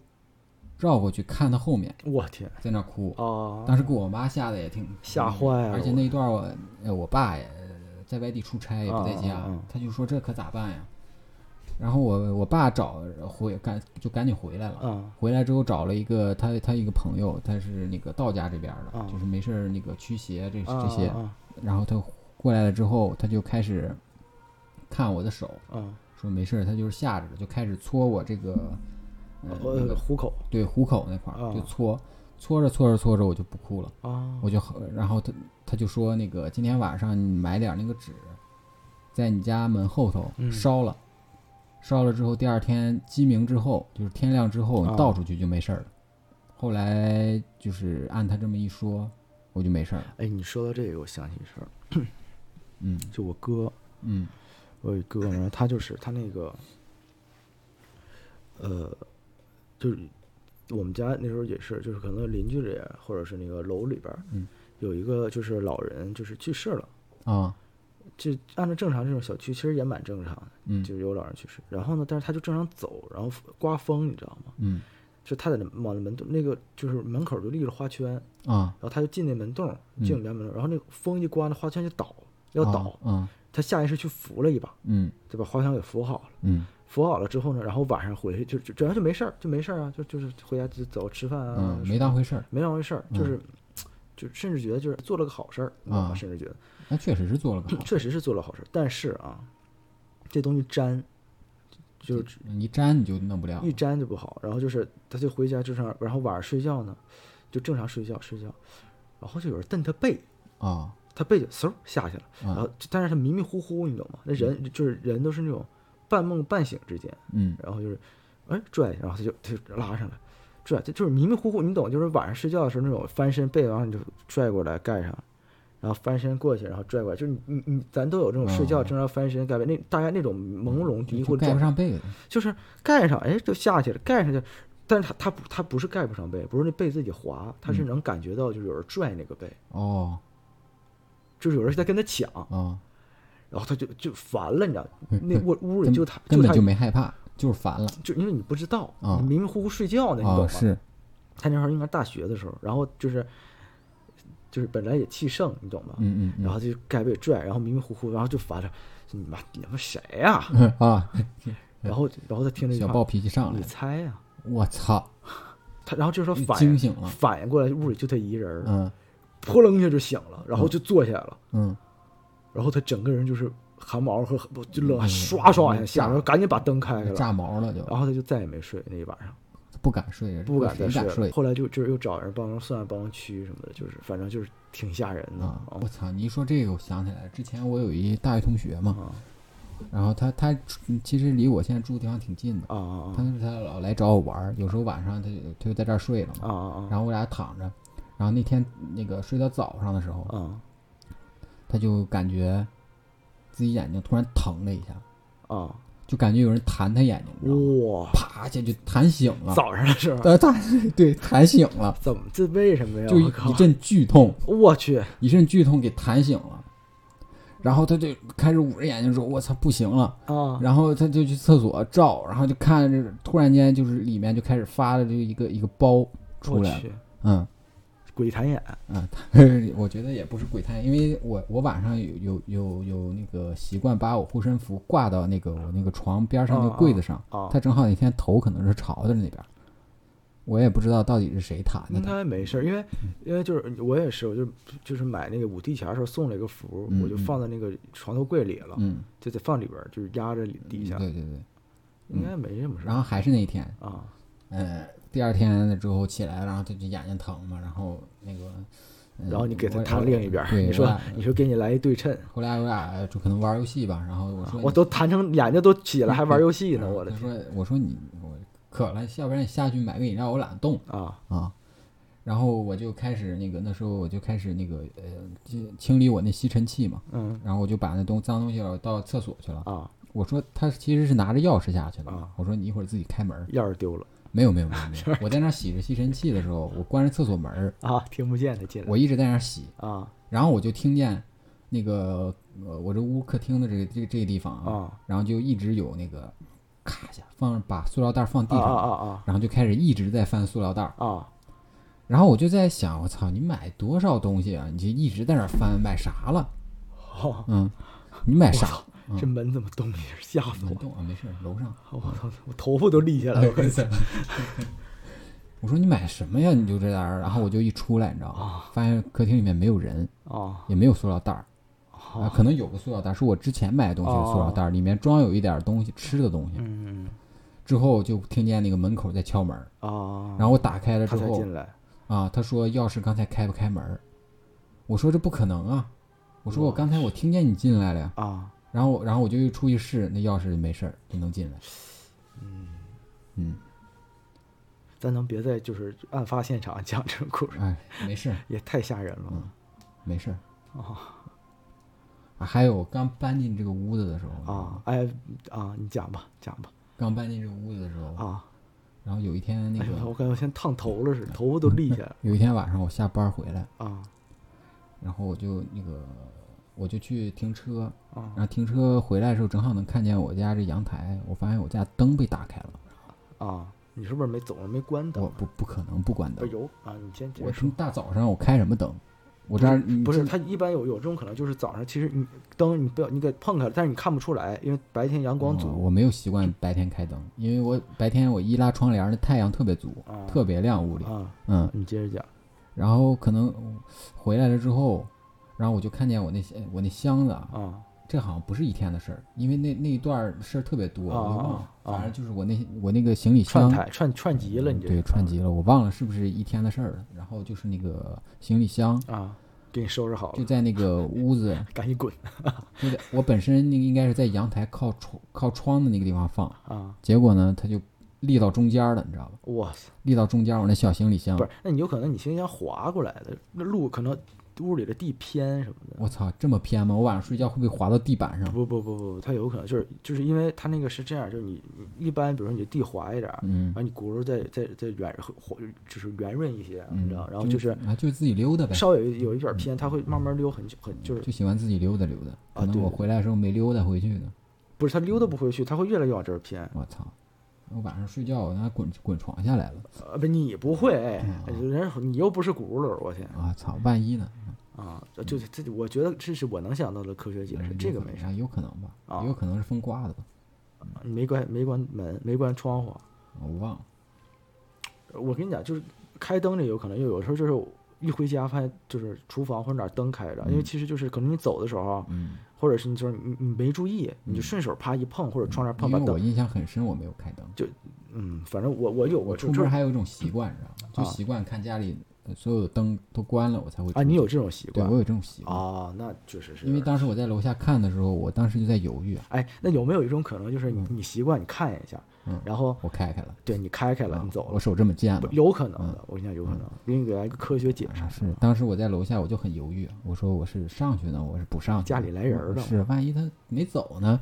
Speaker 4: 绕过去看她后面，
Speaker 3: 我天
Speaker 4: 在那儿哭。
Speaker 3: 啊，
Speaker 4: 当时给我妈吓得也挺
Speaker 3: 吓坏了
Speaker 4: 而且那一段我呃我爸也呃在外地出差也不在家，
Speaker 3: 嗯嗯嗯
Speaker 4: 他就说这可咋办呀？然后我我爸找回赶就赶紧回来了，
Speaker 3: 啊
Speaker 4: 回来之后找了一个他他一个朋友，他是那个道家这边的，
Speaker 3: 嗯
Speaker 4: 就是没事儿那个驱邪这
Speaker 3: 啊
Speaker 4: 这些。
Speaker 3: 啊
Speaker 4: 然后他过来了之后，他就开始看我的手，
Speaker 3: 啊，
Speaker 4: 说没事儿，他就是吓着了，就开始搓我这个呃那
Speaker 3: 呃，
Speaker 4: 个
Speaker 3: 虎口
Speaker 4: 对虎口那块儿
Speaker 3: 啊
Speaker 4: 就搓，搓着搓着搓着我就不哭了。
Speaker 3: 啊
Speaker 4: 我就和然后他他就说那个今天晚上你买点那个纸，在你家门后头
Speaker 3: 嗯
Speaker 4: 烧了，烧了之后第二天鸡鸣之后，就是天亮之后
Speaker 3: 啊
Speaker 4: 你倒出去就没事儿了。后来就是按他这么一说，我就没事儿了。
Speaker 3: 哎，你说到这个，我想起一事儿，
Speaker 4: 嗯
Speaker 3: 就我哥，
Speaker 4: 嗯
Speaker 3: 我有一哥们儿，然后他就是他那个，呃，就是我们家那时候也是，就是可能邻居里或者是那个楼里边儿，
Speaker 4: 嗯
Speaker 3: 有一个就是老人就是去世了，
Speaker 4: 啊
Speaker 3: 就按照正常这种小区其实也蛮正常的，
Speaker 4: 嗯
Speaker 3: 就是有老人去世，然后呢，但是他就正常走，然后刮风，你知道吗？
Speaker 4: 嗯
Speaker 3: 就他在那往那门洞那个就是门口就立了花圈，然
Speaker 4: 啊
Speaker 3: 后他就进那门洞，
Speaker 4: 嗯
Speaker 3: 进我们家门洞，然后那个风一刮，那花圈就倒，要倒，
Speaker 4: 啊
Speaker 3: 他下意识去扶了一把，
Speaker 4: 嗯
Speaker 3: 就把花圈给扶好了。
Speaker 4: 嗯
Speaker 3: 扶好了之后呢，然后晚上回去就就主要就没事儿，就没事儿啊，就就是回家就走吃饭啊，
Speaker 4: 嗯
Speaker 3: 什
Speaker 4: 没
Speaker 3: 么
Speaker 4: 当回事儿，
Speaker 3: 没当回事儿，就是、就甚至觉得就是做了个好事儿，你知道吗
Speaker 4: 啊
Speaker 3: 甚至觉得
Speaker 4: 那确实是做了个好事。
Speaker 3: 确实是做了好事儿，但是啊，这东西粘，就是
Speaker 4: 你粘你就弄不了
Speaker 3: 一粘就不好。然后就是他就回家正常，然后晚上睡觉呢，就正常睡觉睡觉，然后就有人蹬他背，
Speaker 4: 啊
Speaker 3: 他背就嗖下去了，然后
Speaker 4: 啊
Speaker 3: 就但是他迷迷糊糊，你懂吗？那人就是人都是那种半梦半醒之间。
Speaker 4: 嗯
Speaker 3: 然后就是，哎拽，然后他就他就拉上来，拽，就就是迷迷糊糊，你懂，就是晚上睡觉的时候那种翻身背完了你就拽过来盖上，然后翻身过去，然后拽过来，就是你你你咱都有这种睡觉
Speaker 4: 哦
Speaker 3: 正常翻身盖被，那大概那种朦胧迷糊
Speaker 4: 就
Speaker 3: 的
Speaker 4: 盖
Speaker 3: 状态，
Speaker 4: 不上被子
Speaker 3: 就是盖上，哎就下去了，盖上就。但是他他不他不是盖不上被，不是那被自己滑，他
Speaker 4: 嗯
Speaker 3: 是能感觉到就是有人拽那个被，
Speaker 4: 哦
Speaker 3: 就是有人在跟他抢，
Speaker 4: 哦，
Speaker 3: 然后他就就烦了，你知道，那屋屋里
Speaker 4: 嗯根
Speaker 3: 就他
Speaker 4: 根
Speaker 3: 他
Speaker 4: 本就没害怕，就是烦了。
Speaker 3: 就因为你不知道，
Speaker 4: 啊
Speaker 3: 你迷迷糊糊睡觉呢，你懂
Speaker 4: 哦，
Speaker 3: 吗？
Speaker 4: 是，
Speaker 3: 他那时候应该大学的时候，然后就是就是本来也气盛，你懂吗？
Speaker 4: 嗯嗯
Speaker 3: 然后就该被拽，然后迷迷糊糊，然后就烦着，你妈你他妈谁呀、
Speaker 4: 嗯，啊，
Speaker 3: 然后然后他听了一句
Speaker 4: 小
Speaker 3: 话
Speaker 4: 暴脾气上来
Speaker 3: 你
Speaker 4: 了，
Speaker 3: 猜呀、
Speaker 4: 我操，
Speaker 3: 他然后这时候反
Speaker 4: 惊醒了
Speaker 3: 反应过来屋里就他一人儿，
Speaker 4: 嗯
Speaker 3: 扑棱一下就醒了，然后就坐下来了，
Speaker 4: 嗯，
Speaker 3: 然后他整个人就是汗毛和不就冷，唰唰往下下，然后赶紧把灯开开了，
Speaker 4: 嗯炸毛了就，
Speaker 3: 然后他就再也没睡那一晚上，
Speaker 4: 不不敢睡了，
Speaker 3: 哦不敢
Speaker 4: 谁
Speaker 3: 再
Speaker 4: 敢
Speaker 3: 睡
Speaker 4: 睡
Speaker 3: 了。后来就就是又找人帮忙算、帮忙驱什么的，就是反正就是挺吓人的
Speaker 4: 啊！我操！你一说这个，我想起来了，之前我有一大学同学嘛，
Speaker 3: 啊
Speaker 4: 然后他他其实离我现在住的地方挺近的，
Speaker 3: 啊啊
Speaker 4: 他他老来找我玩儿，有时候晚上他就他就在这儿睡了
Speaker 3: 啊
Speaker 4: 嘛，
Speaker 3: 啊
Speaker 4: 然后我俩躺着，然后那天那个睡到早上的时候，
Speaker 3: 啊啊
Speaker 4: 他就感觉自己眼睛突然疼了一下，
Speaker 3: 啊！
Speaker 4: 就感觉有人弹他眼睛，你知道吗？
Speaker 3: 哇，
Speaker 4: 啪一下就弹醒了，
Speaker 3: 哦早上的时候
Speaker 4: 呃，他对弹 醒了，
Speaker 3: 怎么这为什么呀？
Speaker 4: 就一
Speaker 3: 哎我靠
Speaker 4: 一！阵剧痛，
Speaker 3: 我去，啊
Speaker 4: 一阵剧痛给弹醒了，然后他就开始捂着眼睛说：“我操，不行了。”
Speaker 3: 啊
Speaker 4: 然后他就去厕所照，然后就看着，突然间就是里面就开始发了，就一个一个包出
Speaker 3: 我
Speaker 4: 来了。
Speaker 3: 去，
Speaker 4: 嗯
Speaker 3: 鬼弹眼
Speaker 4: 嗯， 我觉得也不是鬼探，因为我我晚上有有有有那个习惯把我护身符挂到那个我那个床边上那个柜子上，
Speaker 3: 啊！
Speaker 4: 他正好那天头可能是朝着那边，我也不知道到底是谁弹的
Speaker 3: 应
Speaker 4: 他。嗯
Speaker 3: 该没事儿，因为因为就是我也是，我就就是买那个五帝钱的时候送了一个符，
Speaker 4: 嗯
Speaker 3: 我就
Speaker 4: 嗯
Speaker 3: 放在那个床头柜里了，
Speaker 4: 嗯，
Speaker 3: 就得放里边儿，就是压着底下，
Speaker 4: 对对对。
Speaker 3: 应该没什么事儿
Speaker 4: 然后还是那一天，
Speaker 3: 啊
Speaker 4: 呃，第二天了之后起来了，然后他就眼睛疼嘛，然后那个，嗯
Speaker 3: 然后你给他
Speaker 4: 我
Speaker 3: 弹另一边儿，
Speaker 4: 对，
Speaker 3: 你
Speaker 4: 我
Speaker 3: 说
Speaker 4: 俩
Speaker 3: 你说给你来一对称，
Speaker 4: 后来我俩就可能玩游戏吧，然后我说
Speaker 3: 啊我都弹成眼睛都起了，还玩游戏
Speaker 4: 你
Speaker 3: 呢，我的
Speaker 4: 他
Speaker 3: 天
Speaker 4: 说我说你我渴了，要不然你下去买个饮料，我懒得动
Speaker 3: 啊
Speaker 4: 啊。然后我就开始那个那时候我就开始那个呃就清理我那吸尘器嘛，
Speaker 3: 嗯
Speaker 4: 然后我就把那东脏东西我倒厕所去了。
Speaker 3: 啊，
Speaker 4: 我说他其实是拿着钥匙下去的，
Speaker 3: 啊
Speaker 4: 我说你一会儿自己开门儿。
Speaker 3: 钥匙丢了
Speaker 4: 没有没有没有没有，我在那儿洗着吸尘器的时候，我关着厕所门儿，
Speaker 3: 啊，听不见他进来
Speaker 4: 我一直在那儿洗，
Speaker 3: 啊
Speaker 4: 然后我就听见那个呃我这屋客厅的这个这个这个地方啊，
Speaker 3: 啊
Speaker 4: 然后就一直有那个咔一下放把塑料袋放地
Speaker 3: 啊
Speaker 4: 上，
Speaker 3: 啊
Speaker 4: 然后就开始一直在翻塑料袋，
Speaker 3: 啊啊
Speaker 4: 然后我就在想，我操，你买多少东西啊？你就一直在那儿翻，买啥了？
Speaker 3: 哦，
Speaker 4: 嗯，你买啥？
Speaker 3: 这门怎么动一下，吓死
Speaker 4: 没
Speaker 3: 我！
Speaker 4: 动啊，没事，楼上。
Speaker 3: 我操，我头发都立下来了，我
Speaker 4: 我说你买什么呀？你就这点儿，然后我就一出来，你知道吗？发现客厅里面没有人，
Speaker 3: 啊
Speaker 4: 也没有塑料袋儿，啊，可能有个塑料袋儿是我之前买的东西的塑料
Speaker 3: 哦
Speaker 4: 袋儿，里面装有一点儿东西吃的东西。
Speaker 3: 嗯
Speaker 4: 之后就听见那个门口在敲门儿，
Speaker 3: 啊，
Speaker 4: 然后我打开了之
Speaker 3: 他才
Speaker 4: 后
Speaker 3: 进来
Speaker 4: 啊，他说钥匙刚才开不开门儿，我说这不可能啊，我说我刚才我听见你进来了呀，
Speaker 3: 啊，
Speaker 4: 然后然后我就又出去试，那钥匙没事儿就能进来。嗯
Speaker 3: 咱能别在就是案发现场 讲这种故事，
Speaker 4: 嗯，哎，没事儿
Speaker 3: 也太吓人了。
Speaker 4: 嗯没事儿。
Speaker 3: 哦
Speaker 4: 啊，还有我刚搬进这个屋子的时候
Speaker 3: 啊，哎啊，你讲吧，讲吧
Speaker 4: 刚搬进这个屋子的时候，
Speaker 3: 啊！
Speaker 4: 然后有一天那
Speaker 3: 哎
Speaker 4: 个
Speaker 3: 呦，我感觉我先烫头了似的，头发都立下来了
Speaker 4: 有一天晚上我下班回来，
Speaker 3: 啊
Speaker 4: 然后我就那个我就去停车，
Speaker 3: 啊
Speaker 4: 然后停车回来的时候正好能看见我家这阳台，我发现我家灯被打开了，
Speaker 3: 啊！你是不是没走上没关灯
Speaker 4: 我？不不可能不关
Speaker 3: 不
Speaker 4: 灯
Speaker 3: 是，有啊，你先接
Speaker 4: 我
Speaker 3: 着说
Speaker 4: 从。大早上我开什么灯？我这儿
Speaker 3: 不是，
Speaker 4: 你
Speaker 3: 它一般有有这种可能，就是早上其实你灯你不要你给碰开了，但是你看不出来，因为白天阳光
Speaker 4: 哦
Speaker 3: 足
Speaker 4: 我没有习惯白天开灯，因为我白天我一拉窗帘儿，那太阳特别足，
Speaker 3: 啊
Speaker 4: 哦特别亮屋里，
Speaker 3: 啊。
Speaker 4: 嗯，
Speaker 3: 你接着讲
Speaker 4: 然后可能回来了之后，然后我就看见我那些我那箱子，啊，
Speaker 3: 啊
Speaker 4: 这好像不是一天的事儿，因为那那一段儿事儿特别多，
Speaker 3: 啊
Speaker 4: 我就忘
Speaker 3: 啊
Speaker 4: 了。
Speaker 3: 啊
Speaker 4: 反正就是我那我那个行李
Speaker 3: 串
Speaker 4: 箱，
Speaker 3: 台串串急了，你这
Speaker 4: 对，
Speaker 3: 是
Speaker 4: 串集了，我忘了是不是一天的事儿了。然后就是那个行李箱
Speaker 3: 啊，给你收拾好
Speaker 4: 就
Speaker 3: 了，
Speaker 4: 在那个屋 子，
Speaker 3: 赶紧滚
Speaker 4: 就在我本身那个应该是在阳台靠窗靠窗的那个地方放，
Speaker 3: 啊！
Speaker 4: 结果呢，它就立到中间儿了，你知道吧？
Speaker 3: 哇塞，
Speaker 4: 立到中间儿我那小行李箱
Speaker 3: 不，是，那你有可能你行李箱滑过来的，那路可能屋里的地偏什么的。
Speaker 4: 我操，这么偏吗？我晚上睡觉会不会滑到地板上？
Speaker 3: 不不不不，它有可能就是就是因为它那个是这样，就是你你一般，比如说你地滑一点儿，
Speaker 4: 嗯
Speaker 3: 然后你轱辘再再再圆或就是圆润一些，你知道，然后就是
Speaker 4: 啊，就自己溜达呗，
Speaker 3: 稍有一有一点儿偏，它会慢慢溜很久很就是
Speaker 4: 就喜欢自己溜达溜达。可能
Speaker 3: 啊对
Speaker 4: 我
Speaker 3: 对
Speaker 4: 回来的时候没溜达回去呢，
Speaker 3: 不是它溜达不回去，它会越来越往这儿偏。
Speaker 4: 我操！我晚上睡觉，我那滚滚床下来了，
Speaker 3: 呃，不，你不会，
Speaker 4: 嗯
Speaker 3: 哎人你又不是轱辘，我天
Speaker 4: 啊操！万一呢？
Speaker 3: 啊！就是这，我觉得这是我能想到的科学解释，
Speaker 4: 嗯
Speaker 3: 这个没啥，
Speaker 4: 啥，有可能吧？
Speaker 3: 啊
Speaker 4: 也有可能是风刮的吧？
Speaker 3: 你没关没关门，没关窗户。
Speaker 4: 我忘了。
Speaker 3: 我跟你讲，就是开灯这有可能，因为有时候就是一回家发现就是厨房或者哪儿灯开着，因为其实就是可能你走的时候，啊
Speaker 4: 嗯，
Speaker 3: 或者是你就是你你没注意，你就顺手啪一碰，或者窗帘碰
Speaker 4: 因
Speaker 3: 把
Speaker 4: 为我
Speaker 3: 灯，
Speaker 4: 印象很深，我没有开灯。
Speaker 3: 就嗯，反正我我有
Speaker 4: 我
Speaker 3: 这
Speaker 4: 出
Speaker 3: 这
Speaker 4: 门还有一种习惯，你知道吗？就
Speaker 3: 啊
Speaker 4: 习惯看家里呃所有的灯都关了，我才会
Speaker 3: 啊，
Speaker 4: 出
Speaker 3: 你
Speaker 4: 去
Speaker 3: 有这种习
Speaker 4: 对
Speaker 3: 惯
Speaker 4: 我有这种习惯，
Speaker 3: 啊？那确实是
Speaker 4: 因为当时我在楼下看的时候，我当时就在犹豫啊，
Speaker 3: 哎，那有没有一种可能就是你你习惯你看一下，
Speaker 4: 嗯
Speaker 3: 然后
Speaker 4: 我开开了，
Speaker 3: 对你开开了你走
Speaker 4: 我
Speaker 3: 了，
Speaker 4: 手这么贱
Speaker 3: 不
Speaker 4: 了。
Speaker 3: 有可能的，我跟你讲有可能，给你给来一个科学解释
Speaker 4: 嗯啊，。是，当时我在楼下我就很犹豫，啊我说我是上去呢，我是不上去？
Speaker 3: 家里来人了
Speaker 4: 嗯是，万一他没走呢，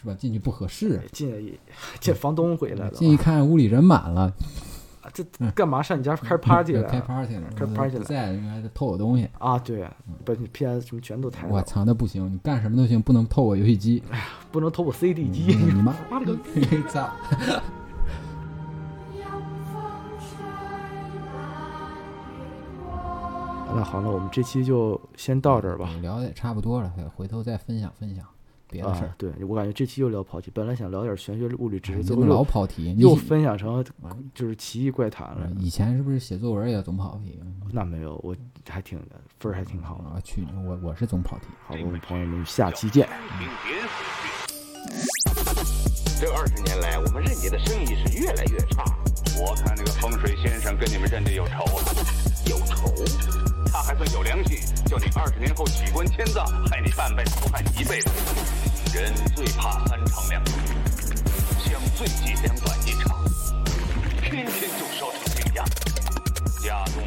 Speaker 4: 是吧？进去不合适，啊
Speaker 3: 进进房东回哎来了
Speaker 4: 嗯进去看屋里人满了，
Speaker 3: 啊，这干嘛上你家开 party
Speaker 4: 要
Speaker 3: 来
Speaker 4: 嗯开
Speaker 3: 了
Speaker 4: party 了，
Speaker 3: 开 party
Speaker 4: 不
Speaker 3: 了
Speaker 4: 在应该偷我东西，
Speaker 3: 啊？对，把你 PS 什么全都抬
Speaker 4: 嗯我
Speaker 3: 走，
Speaker 4: 藏的不行，你干什么都行，不能偷我游戏机，
Speaker 3: 不能偷我 CD 机。
Speaker 4: 你妈
Speaker 3: 哎妈了个
Speaker 4: 操！
Speaker 3: 那好了，我们这期就先到这儿吧。
Speaker 4: 聊的也差不多了，回头再分享分享别的事儿
Speaker 3: 啊。，对我感觉这期又聊跑题，本来想聊点玄学、物理知识，
Speaker 4: 你
Speaker 3: 最
Speaker 4: 怎
Speaker 3: 后
Speaker 4: 么老
Speaker 3: 又
Speaker 4: 跑题？你嗯
Speaker 3: 又分享成就是奇异怪谈了。
Speaker 4: 以前是不是写作文也总跑题？
Speaker 3: 那没有，我还挺分儿还挺好的。
Speaker 4: 我啊去，我我是总跑题。
Speaker 3: 好，我们朋友们下期见。
Speaker 2: 听别死去。
Speaker 1: 这二十年来，我们任杰的生意是越来越差，
Speaker 2: 我看那个风水先生跟你们认这有仇啊，
Speaker 1: 有仇。
Speaker 2: 他还算有良心，叫你二十年后取官迁葬，害你半辈子不害你一辈子。人最怕三长两短，想最忌两短一长，偏偏就烧成这样，家中